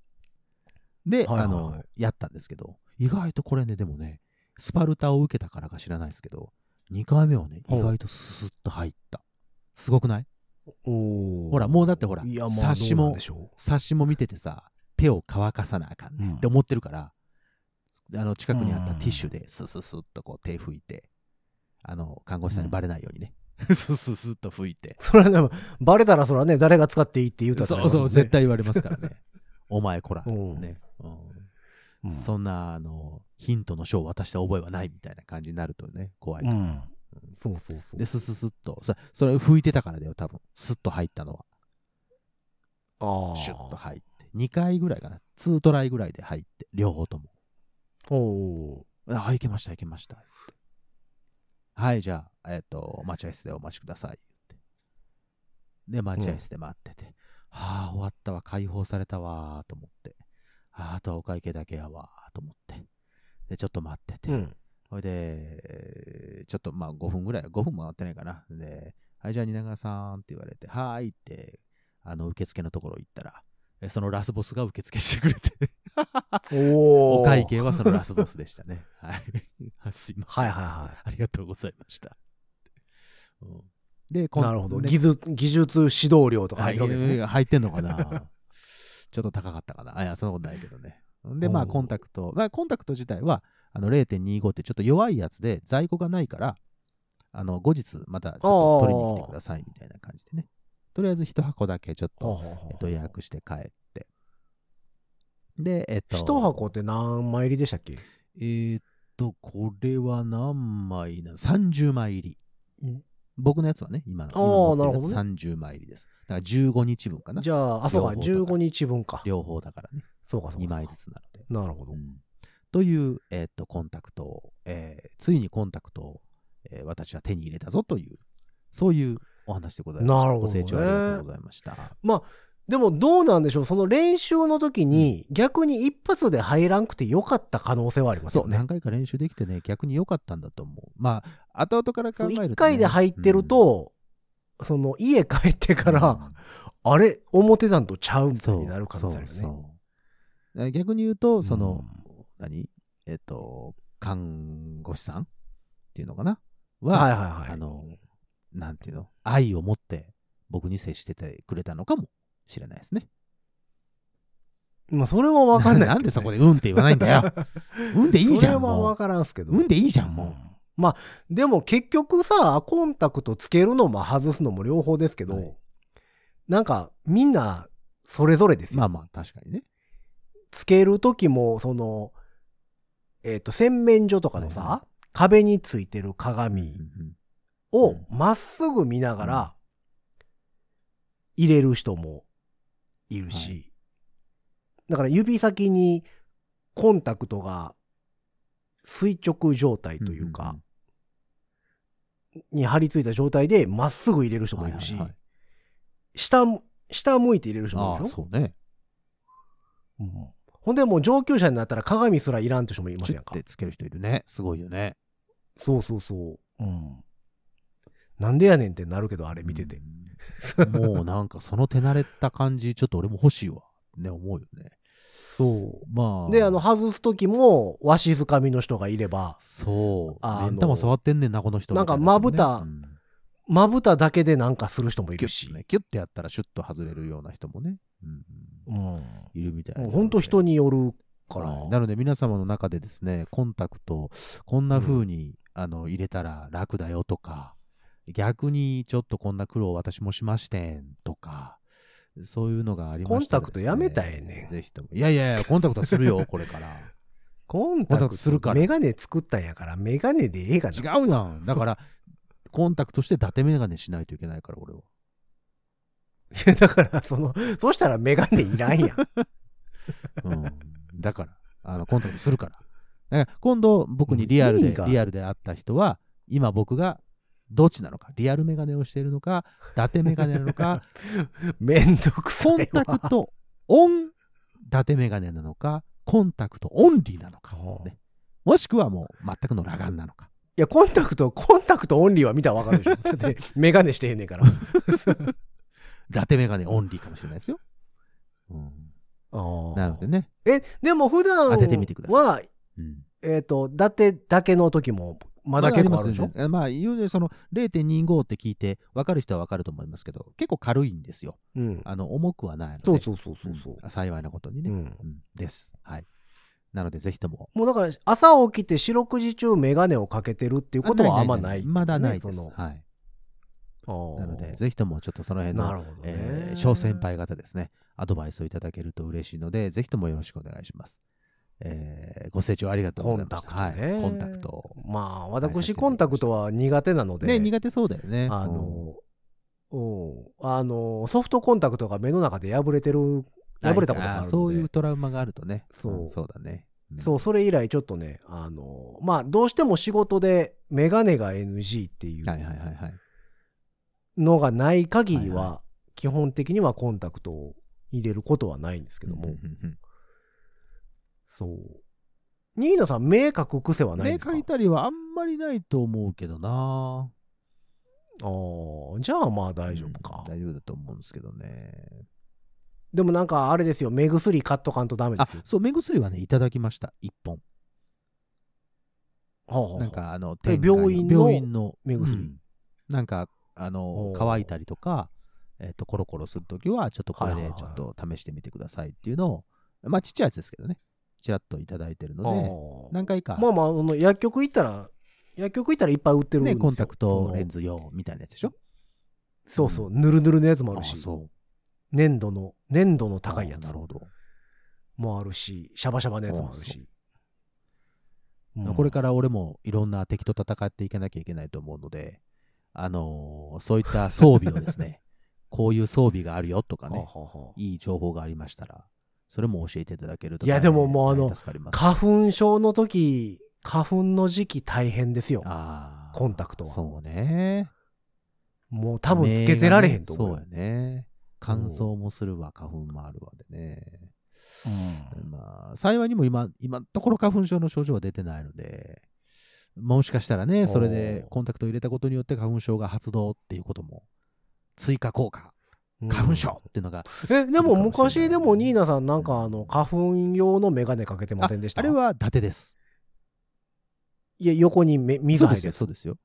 Speaker 3: で、
Speaker 2: はいはいはい
Speaker 3: あの、やったんですけど、意外とこれね、でもね、スパルタを受けたからか知らないですけど、2回目はね、
Speaker 2: ほう
Speaker 3: 意外とススッと入った。すごくない
Speaker 2: おー
Speaker 3: ほらもうだってほら
Speaker 2: いや、まあ、
Speaker 3: 冊子
Speaker 2: ど
Speaker 3: も
Speaker 2: うなんでしょ
Speaker 3: 冊子も見ててさ、手を乾かさなあかんね
Speaker 2: うん
Speaker 3: って思ってるから、あの近くにあった
Speaker 2: うん
Speaker 3: ティッシュでスススッとこう手拭いて、あの、看護師さんにバレないようにね、 [LAUGHS] スススッと拭いて
Speaker 2: う。。それはでも、バレたらそれはね、誰が使っていいって言うたら、
Speaker 3: そうそう、絶。対言われますから
Speaker 2: [LAUGHS]
Speaker 3: ね。お前こら、
Speaker 2: うん
Speaker 3: ね。うん
Speaker 2: うん
Speaker 3: そんな、あの、ヒントの書を渡した覚えはないみたいな感じになるとね、怖いから。
Speaker 2: うん。そうそうそう。
Speaker 3: で、スススッと、そそれ拭いてたからだよ、多分。スッと入ったのは。
Speaker 2: ああ。
Speaker 3: シュッと入って。2回ぐらいかな。2トライぐらいで入って、両方とも。
Speaker 2: おー
Speaker 3: あ、いけました、いけました。はい、じゃあ、えっ、と、待合室でお待ちください。ってで、待合室で待ってて、はあ、終わったわ、解放されたわ、と思って。ああとはお会計だけやわ、と思って。で、ちょっと待ってて。
Speaker 2: うん。
Speaker 3: ほいで、えーちょっとまあ5分ぐらい、5分もなってないかな。で、はい、じゃあ蜷川さんって言われて、はーいって、あの、受付のところ行ったら、えそのラスボスが受付してくれて、
Speaker 2: おー
Speaker 3: お会計はそのラスボスでした [LAUGHS] ね。はい。あすいません。
Speaker 2: はいはいはい
Speaker 3: ありがとうございました。うんで、こん
Speaker 2: なるほど。
Speaker 3: で
Speaker 2: 技術、技術指導料とか
Speaker 3: は
Speaker 2: 入って
Speaker 3: い
Speaker 2: るわけですね。
Speaker 3: 入ってんのかな [LAUGHS] ちょっと高かったかな。あいや、そんなことないけどね。で、ま
Speaker 2: お
Speaker 3: あ、
Speaker 2: う
Speaker 3: コンタクト、まあ、コンタクト自体はあの0.25ってちょっと弱いやつで在庫がないから、あの後日またちょっと取りに来てくださいみたいな感じでね。とりあえず一箱だけちょっと、えっと、予約して帰って。で、えっと。
Speaker 2: 一箱って何枚入りでしたっけ
Speaker 3: えーっと、これは何枚なの ?30 枚入り。
Speaker 2: うん
Speaker 3: 僕のやつはね、今の。
Speaker 2: あー
Speaker 3: 今持って
Speaker 2: なるほど
Speaker 3: やつ30枚入りです。だから15日分かな。
Speaker 2: じゃあ、あ、そうか、
Speaker 3: 両方
Speaker 2: 15日分か。
Speaker 3: 両方だからね。
Speaker 2: そうか、そうか。
Speaker 3: 2枚ずつなので。
Speaker 2: なるほど
Speaker 3: う。んという、えーっと、コンタクトを、えーついにコンタクトを、えー私は手に入れたぞという、そういうお話でございました。
Speaker 2: なるほどね
Speaker 3: ご清聴ありがとうございました。
Speaker 2: でもどうなんでしょうその練習の時に逆に一発で入らんくてよかった可能性はあります
Speaker 3: そ
Speaker 2: よ
Speaker 3: う、
Speaker 2: ね
Speaker 3: 何。回か練習できてね、逆に良かったんだと思う。まあ、後々から
Speaker 2: そ
Speaker 3: 考
Speaker 2: う
Speaker 3: えると、ね。
Speaker 2: 一回で入ってると、その家帰って
Speaker 3: うん、
Speaker 2: から、
Speaker 3: うん
Speaker 2: あれ表段とちゃうみたい
Speaker 3: そう
Speaker 2: になる可能性あるよね。
Speaker 3: そうそうだから逆に言うと、その、
Speaker 2: う
Speaker 3: 何えっ、と、看護師さんっていうのかなんは、
Speaker 2: はいはいはい。
Speaker 3: あの、なんていうの愛を持って僕に接しててくれたのかもしれないですね。
Speaker 2: まあそれはわかんない
Speaker 3: なんでそこでうんって言わないん
Speaker 2: [LAUGHS]
Speaker 3: だよ。うんでいいじゃん。
Speaker 2: それは
Speaker 3: も
Speaker 2: わ
Speaker 3: う
Speaker 2: からんすけど。
Speaker 3: うんでいいじゃん、もう。
Speaker 2: まあでも結局さコンタクトつけるのも外すのも両方ですけど、
Speaker 3: はい
Speaker 2: なんかみんなそれぞれですよ、
Speaker 3: まあまあ、確かにね。
Speaker 2: つける時もそのえっ、と洗面所とかのさ、
Speaker 3: はいは
Speaker 2: 壁についてる
Speaker 3: うんう
Speaker 2: 鏡
Speaker 3: んう
Speaker 2: を
Speaker 3: ん
Speaker 2: まっすぐ見ながら入れる人もいるし、
Speaker 3: は
Speaker 2: だから指先にコンタクトが垂直状態というか、
Speaker 3: んんん
Speaker 2: に張り付いた状態でまっすぐ入れる人もいるし、
Speaker 3: はいはいはい
Speaker 2: 下も下向いて入れる人もい
Speaker 3: あ
Speaker 2: る
Speaker 3: あ、
Speaker 2: でしょ、
Speaker 3: そうね。
Speaker 2: うんほんでもう上級者になったら鏡すらいらんって人もいま
Speaker 3: チ
Speaker 2: す
Speaker 3: ュ
Speaker 2: やん
Speaker 3: ッ
Speaker 2: か
Speaker 3: てつける人いるね。すごいよね。
Speaker 2: そうそうそううんなんでやねんってなるけどあれ見てて、
Speaker 3: うん。もうなんかその手慣れた感じ、ちょっと俺も欲しいわ。ね、思うよね。
Speaker 2: そ
Speaker 3: まあ。
Speaker 2: うであの、外す時もわしづかみの人がいれば
Speaker 3: そう。
Speaker 2: あの
Speaker 3: 目ん玉触ってんねんな、この人。
Speaker 2: なんか
Speaker 3: みた
Speaker 2: ま
Speaker 3: い人ね
Speaker 2: ぶた
Speaker 3: うん
Speaker 2: まぶただけでなんかする人もい
Speaker 3: キ
Speaker 2: る
Speaker 3: ュッ
Speaker 2: し、
Speaker 3: とね、キュッてやったらシュッと外れるような人もね。うん
Speaker 2: うん、も
Speaker 3: いるみたいなの
Speaker 2: う
Speaker 3: で。
Speaker 2: ほんと人によるか
Speaker 3: はい
Speaker 2: ら
Speaker 3: なので皆様の中でですね、コンタクト、こんな風に、あの入れたら楽だよとか、逆にちょっとこんな苦労私もしましてんとか、そういうのがありました
Speaker 2: コンタ
Speaker 3: らですね
Speaker 2: クトやめたらええねん
Speaker 3: ぜひとも。いやいやいや、コンタクトはするよ、これ
Speaker 2: [LAUGHS]
Speaker 3: から。
Speaker 2: コン
Speaker 3: コン
Speaker 2: タク
Speaker 3: タク
Speaker 2: ト
Speaker 3: トするから
Speaker 2: メガネ作ったんやからメガネでええがな
Speaker 3: 違うやん。だから、コンタクトして伊達メガネしないといけないから、俺は。
Speaker 2: いや [LAUGHS] だから、その、そしたらメガネいらんやん。
Speaker 3: うん。だから、あの、コンタクトするから。だから、今度、僕にリアル
Speaker 2: うん意
Speaker 3: で
Speaker 2: 味が、
Speaker 3: リアルで会った人は、今僕が、どっちなのか、リアルメガネをしているのか、伊達メガネな
Speaker 2: [LAUGHS]
Speaker 3: のか、
Speaker 2: [LAUGHS] めんどくさい
Speaker 3: コ
Speaker 2: わ。
Speaker 3: ンタクトオン、伊達メガネなのか、コンタクトオンリーなのか、
Speaker 2: うん
Speaker 3: ね。もしくはもう、全くの裸眼なのか。
Speaker 2: いや、コンタクト、コンタクトオンリーは見たらわかるでしょ。だって、メガネしてへんねんから。
Speaker 3: 伊達メガネオンリーかもしれないですよ。うん、なのでね。
Speaker 2: え、でも普段
Speaker 3: 当ててみてくださ
Speaker 2: は、
Speaker 3: うん
Speaker 2: えっ、と、だてだけの時も、まだ結構あるでしょ
Speaker 3: まだりますよねまあ、言うでその0.25って聞いて、分かる人は分かると思いますけど、結構軽いんですよ。
Speaker 2: うん。
Speaker 3: あの、重くはないので。
Speaker 2: そうそうそうそうそう。
Speaker 3: ん幸いなことに
Speaker 2: う
Speaker 3: ね。
Speaker 2: ん
Speaker 3: うんです。はい。なので、ぜひとも。
Speaker 2: もうだから朝起きて四六時中眼鏡をかけてるっていうことはあんまないってうね、
Speaker 3: まだないです。
Speaker 2: その
Speaker 3: はい。
Speaker 2: あー
Speaker 3: なので、ぜひともちょっとその辺
Speaker 2: な
Speaker 3: の、
Speaker 2: るほどね。
Speaker 3: えー小先輩方ですね、アドバイスをいただけると嬉しいので、ぜひともよろしくお願いします。えーご清聴ありがとうございました。
Speaker 2: コンタクトね
Speaker 3: はい。コンタクト。
Speaker 2: まあ、私、コンタクトは苦手なので、
Speaker 3: ね、苦手そうだよね。
Speaker 2: あ
Speaker 3: うん
Speaker 2: の、うんあの、ソフトコンタクトが目の中で破れてる、破れたことがあるので、
Speaker 3: そういうトラウマがあるとね。
Speaker 2: そうん
Speaker 3: そうだね。ん
Speaker 2: そう、それ以来ちょっとね、あの、まあ、どうしても仕事でメガネが NG ってい
Speaker 3: はいはいはいうはい。
Speaker 2: のがない限り
Speaker 3: はい
Speaker 2: は、基本的にはコンタクトを入れることはないんですけども、
Speaker 3: うんうんうん
Speaker 2: そう。ニーナさん、目描く癖はないん
Speaker 3: 目
Speaker 2: ですか
Speaker 3: 描いたりはあんまりないと思うけどな。
Speaker 2: ああ、じゃあまあ大丈夫か。
Speaker 3: うん大丈夫だと思うんですけどね。
Speaker 2: でもなんかあれですよ、目薬買っとかんとダメで
Speaker 3: あ
Speaker 2: すよ。
Speaker 3: そう、目薬はね、いただきました。一本。
Speaker 2: はあはあ
Speaker 3: なんか、あの、
Speaker 2: え
Speaker 3: 店外
Speaker 2: 病院の
Speaker 3: 病院の
Speaker 2: 目薬
Speaker 3: うんなんか、あの
Speaker 2: お、ー
Speaker 3: 乾いたりとか、えっと、コロコロするときは、ちょっとこれ
Speaker 2: はいは
Speaker 3: で
Speaker 2: いはい
Speaker 3: ちょっと試してみてくださいっていうのを、まあ、ちっちゃいやつですけどね。ちらっといただいてる
Speaker 2: あ
Speaker 3: の
Speaker 2: ー
Speaker 3: で、何回か
Speaker 2: まあまあ、あの薬局行ったら、薬局行ったらいっぱい売ってるんですよ。
Speaker 3: ね、コンタクトレン
Speaker 2: ズ。
Speaker 3: ズ用みたいなやつでしょ
Speaker 2: そうそう、ぬるぬるのやつもあるし、
Speaker 3: あそう
Speaker 2: 粘土の、粘土の高いや
Speaker 3: あ
Speaker 2: つ
Speaker 3: なるほど、
Speaker 2: もあるし、シャバシャバのやつもあるし。うん
Speaker 3: これから俺もいろんな敵と戦っていかなきゃいけないと思うので、あのーそういった装備をです
Speaker 2: [LAUGHS]
Speaker 3: ね、こういう装備があるよとかね、
Speaker 2: はあはあはい
Speaker 3: い情報がありましたら、それも教えていただけると
Speaker 2: いやでももうあの
Speaker 3: 大変助かります
Speaker 2: 花粉症の時、花粉の時期大変ですよ。
Speaker 3: あー
Speaker 2: コンタクトは
Speaker 3: そうね。
Speaker 2: もう多分つけてられへんと
Speaker 3: 目
Speaker 2: 思う
Speaker 3: が
Speaker 2: よ
Speaker 3: ね。そうやね。乾燥もするわ、花粉もあるわでね。まあ、幸いにも今、今のところ花粉症の症状は出てないので、もしかしたらね、それで
Speaker 2: おー
Speaker 3: コンタクトを入れたことによって花粉症が発動っていうことも、追加効果、
Speaker 2: うん
Speaker 3: 花粉症っていうのが、
Speaker 2: え、でも昔でも
Speaker 3: い
Speaker 2: ニ
Speaker 3: い
Speaker 2: ー
Speaker 3: か
Speaker 2: ナさんなんかあの花粉用のメガネかけてま
Speaker 3: あ
Speaker 2: せんでした
Speaker 3: あれは伊達です。
Speaker 2: いや、横に目、水
Speaker 3: そう
Speaker 2: 入る
Speaker 3: です
Speaker 2: や
Speaker 3: よ、
Speaker 2: つ
Speaker 3: そうですよ。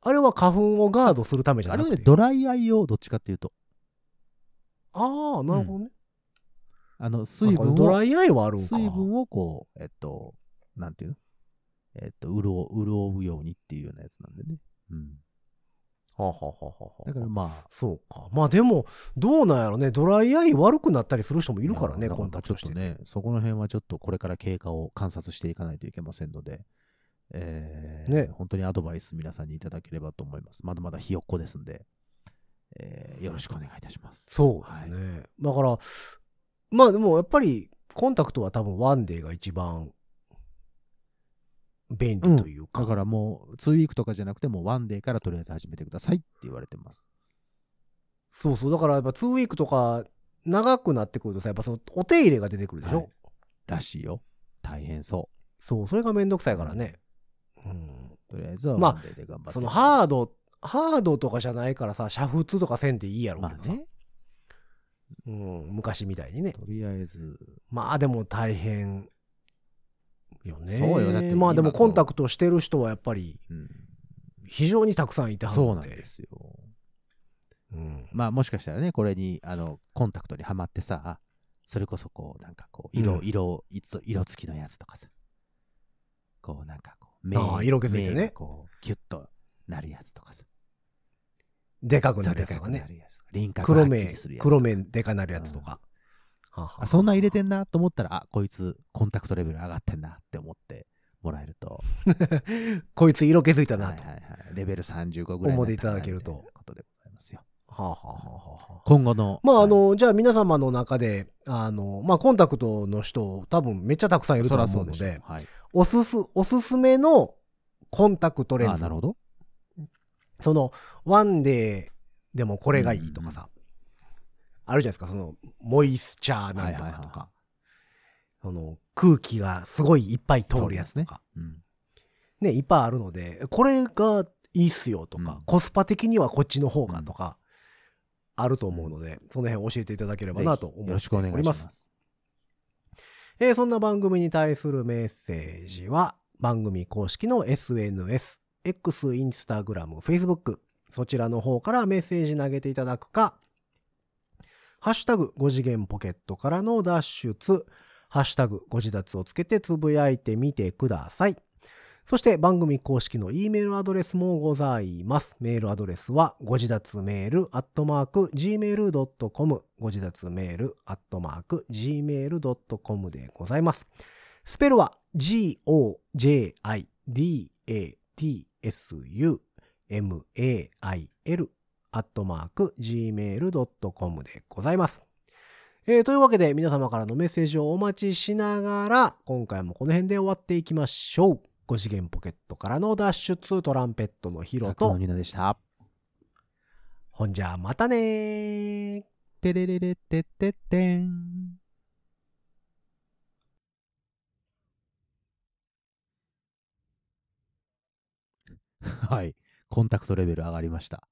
Speaker 2: あれは花粉をガードするためじゃ
Speaker 3: あ
Speaker 2: な
Speaker 3: れは
Speaker 2: く
Speaker 3: ね、
Speaker 2: て。
Speaker 3: ドライアイ用、どっちかっていうと、
Speaker 2: ああ、なるほどね。
Speaker 3: あの、水
Speaker 2: なん
Speaker 3: 分
Speaker 2: かド
Speaker 3: を、
Speaker 2: ライアイはあるんか。
Speaker 3: 水分をこう、えっと、なんていうのえっと、潤う、潤うようにっていうようなやつなんでね。うん。
Speaker 2: はあはあはあはあはあ
Speaker 3: だからまあ、
Speaker 2: そうか。まあでも、どうなんやろね。ドライアイ悪くなったりする人もいるからね、
Speaker 3: まあ
Speaker 2: コンタクト
Speaker 3: だ
Speaker 2: し
Speaker 3: か
Speaker 2: て
Speaker 3: ら
Speaker 2: て。
Speaker 3: ちょっとね、そこの辺はちょっとこれから経過を観察していかないといけませんので、えー
Speaker 2: ね
Speaker 3: 本当にアドバイス皆さんにいただければと思います。まだまだひよっこですんで、えーよろしくお願いいたします。
Speaker 2: そうですね。だから、まあでもやっぱり、コンタクトは多分ワンデーが一番便利というか。
Speaker 3: だからもう、2ウィークとかじゃなくて、もう1デーからとりあえず始めてくださいって言われてます。
Speaker 2: そうそう。だからやっぱ2ウィークとか長くなってくるとさ、やっぱそのお手入れが出てくるでしょ。
Speaker 3: はいらしいよ。大変そ
Speaker 2: そう、それがめんどくさいからね。うん。
Speaker 3: う。とりあえずは
Speaker 2: まあ
Speaker 3: 1デーで頑張って、
Speaker 2: そのハー。ド、ハードとかじゃないからさ、煮沸とかせんでいいやろう
Speaker 3: ま
Speaker 2: けど
Speaker 3: あ
Speaker 2: さ、
Speaker 3: ね、
Speaker 2: うん、昔みたいにね。
Speaker 3: とりあえず、
Speaker 2: まあでも大変よね。
Speaker 3: そうよだって
Speaker 2: まあでも
Speaker 3: 今の
Speaker 2: コンタクトしてる人はやっぱり
Speaker 3: うん、
Speaker 2: 非常にたくさんいてはる。
Speaker 3: そうなんですすよ。
Speaker 2: うん
Speaker 3: まあもしかしたらね、これに、あの、コンタクトにはまってさ、それこそこう、なんかこう、色、
Speaker 2: うん
Speaker 3: 色、いつ色付きのやつとかさ、こう、なんかこう、
Speaker 2: ああ色気づいてね
Speaker 3: 目がこう、キュッとなるやつとかさ、
Speaker 2: でかくな
Speaker 3: ザ
Speaker 2: る
Speaker 3: で
Speaker 2: やつ
Speaker 3: か
Speaker 2: とか
Speaker 3: くな
Speaker 2: ね。
Speaker 3: るやつとか、輪郭
Speaker 2: 黒
Speaker 3: がはっき
Speaker 2: 目
Speaker 3: りする、やつとか
Speaker 2: 黒目でかなるやつとか。はは
Speaker 3: あ、そんなん入れてんなと思ったら、あ、こいつ、コンタクトレベル上がってんなって思ってもらえると、
Speaker 2: [LAUGHS] こいつ色気づいた
Speaker 3: はいは
Speaker 2: ないと。は
Speaker 3: はい、レベル35ぐらいにな
Speaker 2: 思っていただけると
Speaker 3: ったかなみたいなことでございますよ。
Speaker 2: あはあはあはあはあ
Speaker 3: 今後の、
Speaker 2: まあ、あ
Speaker 3: はい、
Speaker 2: の、じゃあ皆様の中で、あの、まあ、コンタクトの人、多分めっちゃたくさんいると
Speaker 3: そら
Speaker 2: 思
Speaker 3: そうう
Speaker 2: の
Speaker 3: で
Speaker 2: で、
Speaker 3: しょう。はい。
Speaker 2: おすす、おすすめのコンタクトレ
Speaker 3: あ、
Speaker 2: ンズ
Speaker 3: な。るほど。
Speaker 2: その、ワンデーでもこれがいいとかさ、あるじゃないですか、その、モイスチャーなんと
Speaker 3: はいはい
Speaker 2: か
Speaker 3: はい
Speaker 2: と
Speaker 3: は
Speaker 2: か、その、空気がすごいいっぱい通るやつとか、
Speaker 3: うん。
Speaker 2: ね、いっぱいあるので、これがいいっすよとか、
Speaker 3: うん
Speaker 2: コスパ的にはこっちの方がとか、あると思うので、その辺教えていただければなと
Speaker 3: ぜ
Speaker 2: 思
Speaker 3: ひよ
Speaker 2: っ
Speaker 3: ろしてく
Speaker 2: お
Speaker 3: お願い
Speaker 2: り
Speaker 3: し
Speaker 2: ま。
Speaker 3: ますす。
Speaker 2: えーそんな番組に対するメッセージは、番組公式の SNS、X、Instagram、Facebook、そちらの方からメッセージ投げていただくか、ハッシュタグ5次元ポケットからの脱出、ハッシュタグご自立をつけてつぶやいてみてください。そして番組公式の E メールアドレスもございます。メールアドレスは、ご自立メールアットマーク gmail.com、ご自立メールアットマーク gmail.com でございます。スペルは、g-o-j-i-d-a-t-s-u-m-a-i-l アットマーク gmail.com でございます。えーというわけで皆様からのメッセージをお待ちしながら、今回もこの辺で終わっていきましょう。5次元ポケットからの脱出トランペットのヒ
Speaker 3: サ
Speaker 2: ロ
Speaker 3: ックスの
Speaker 2: と、
Speaker 3: ニーナでした。
Speaker 2: ほんじゃまたねー。
Speaker 3: てれれれってってってん。 [LAUGHS] はい。コンタクトレベル上がりました。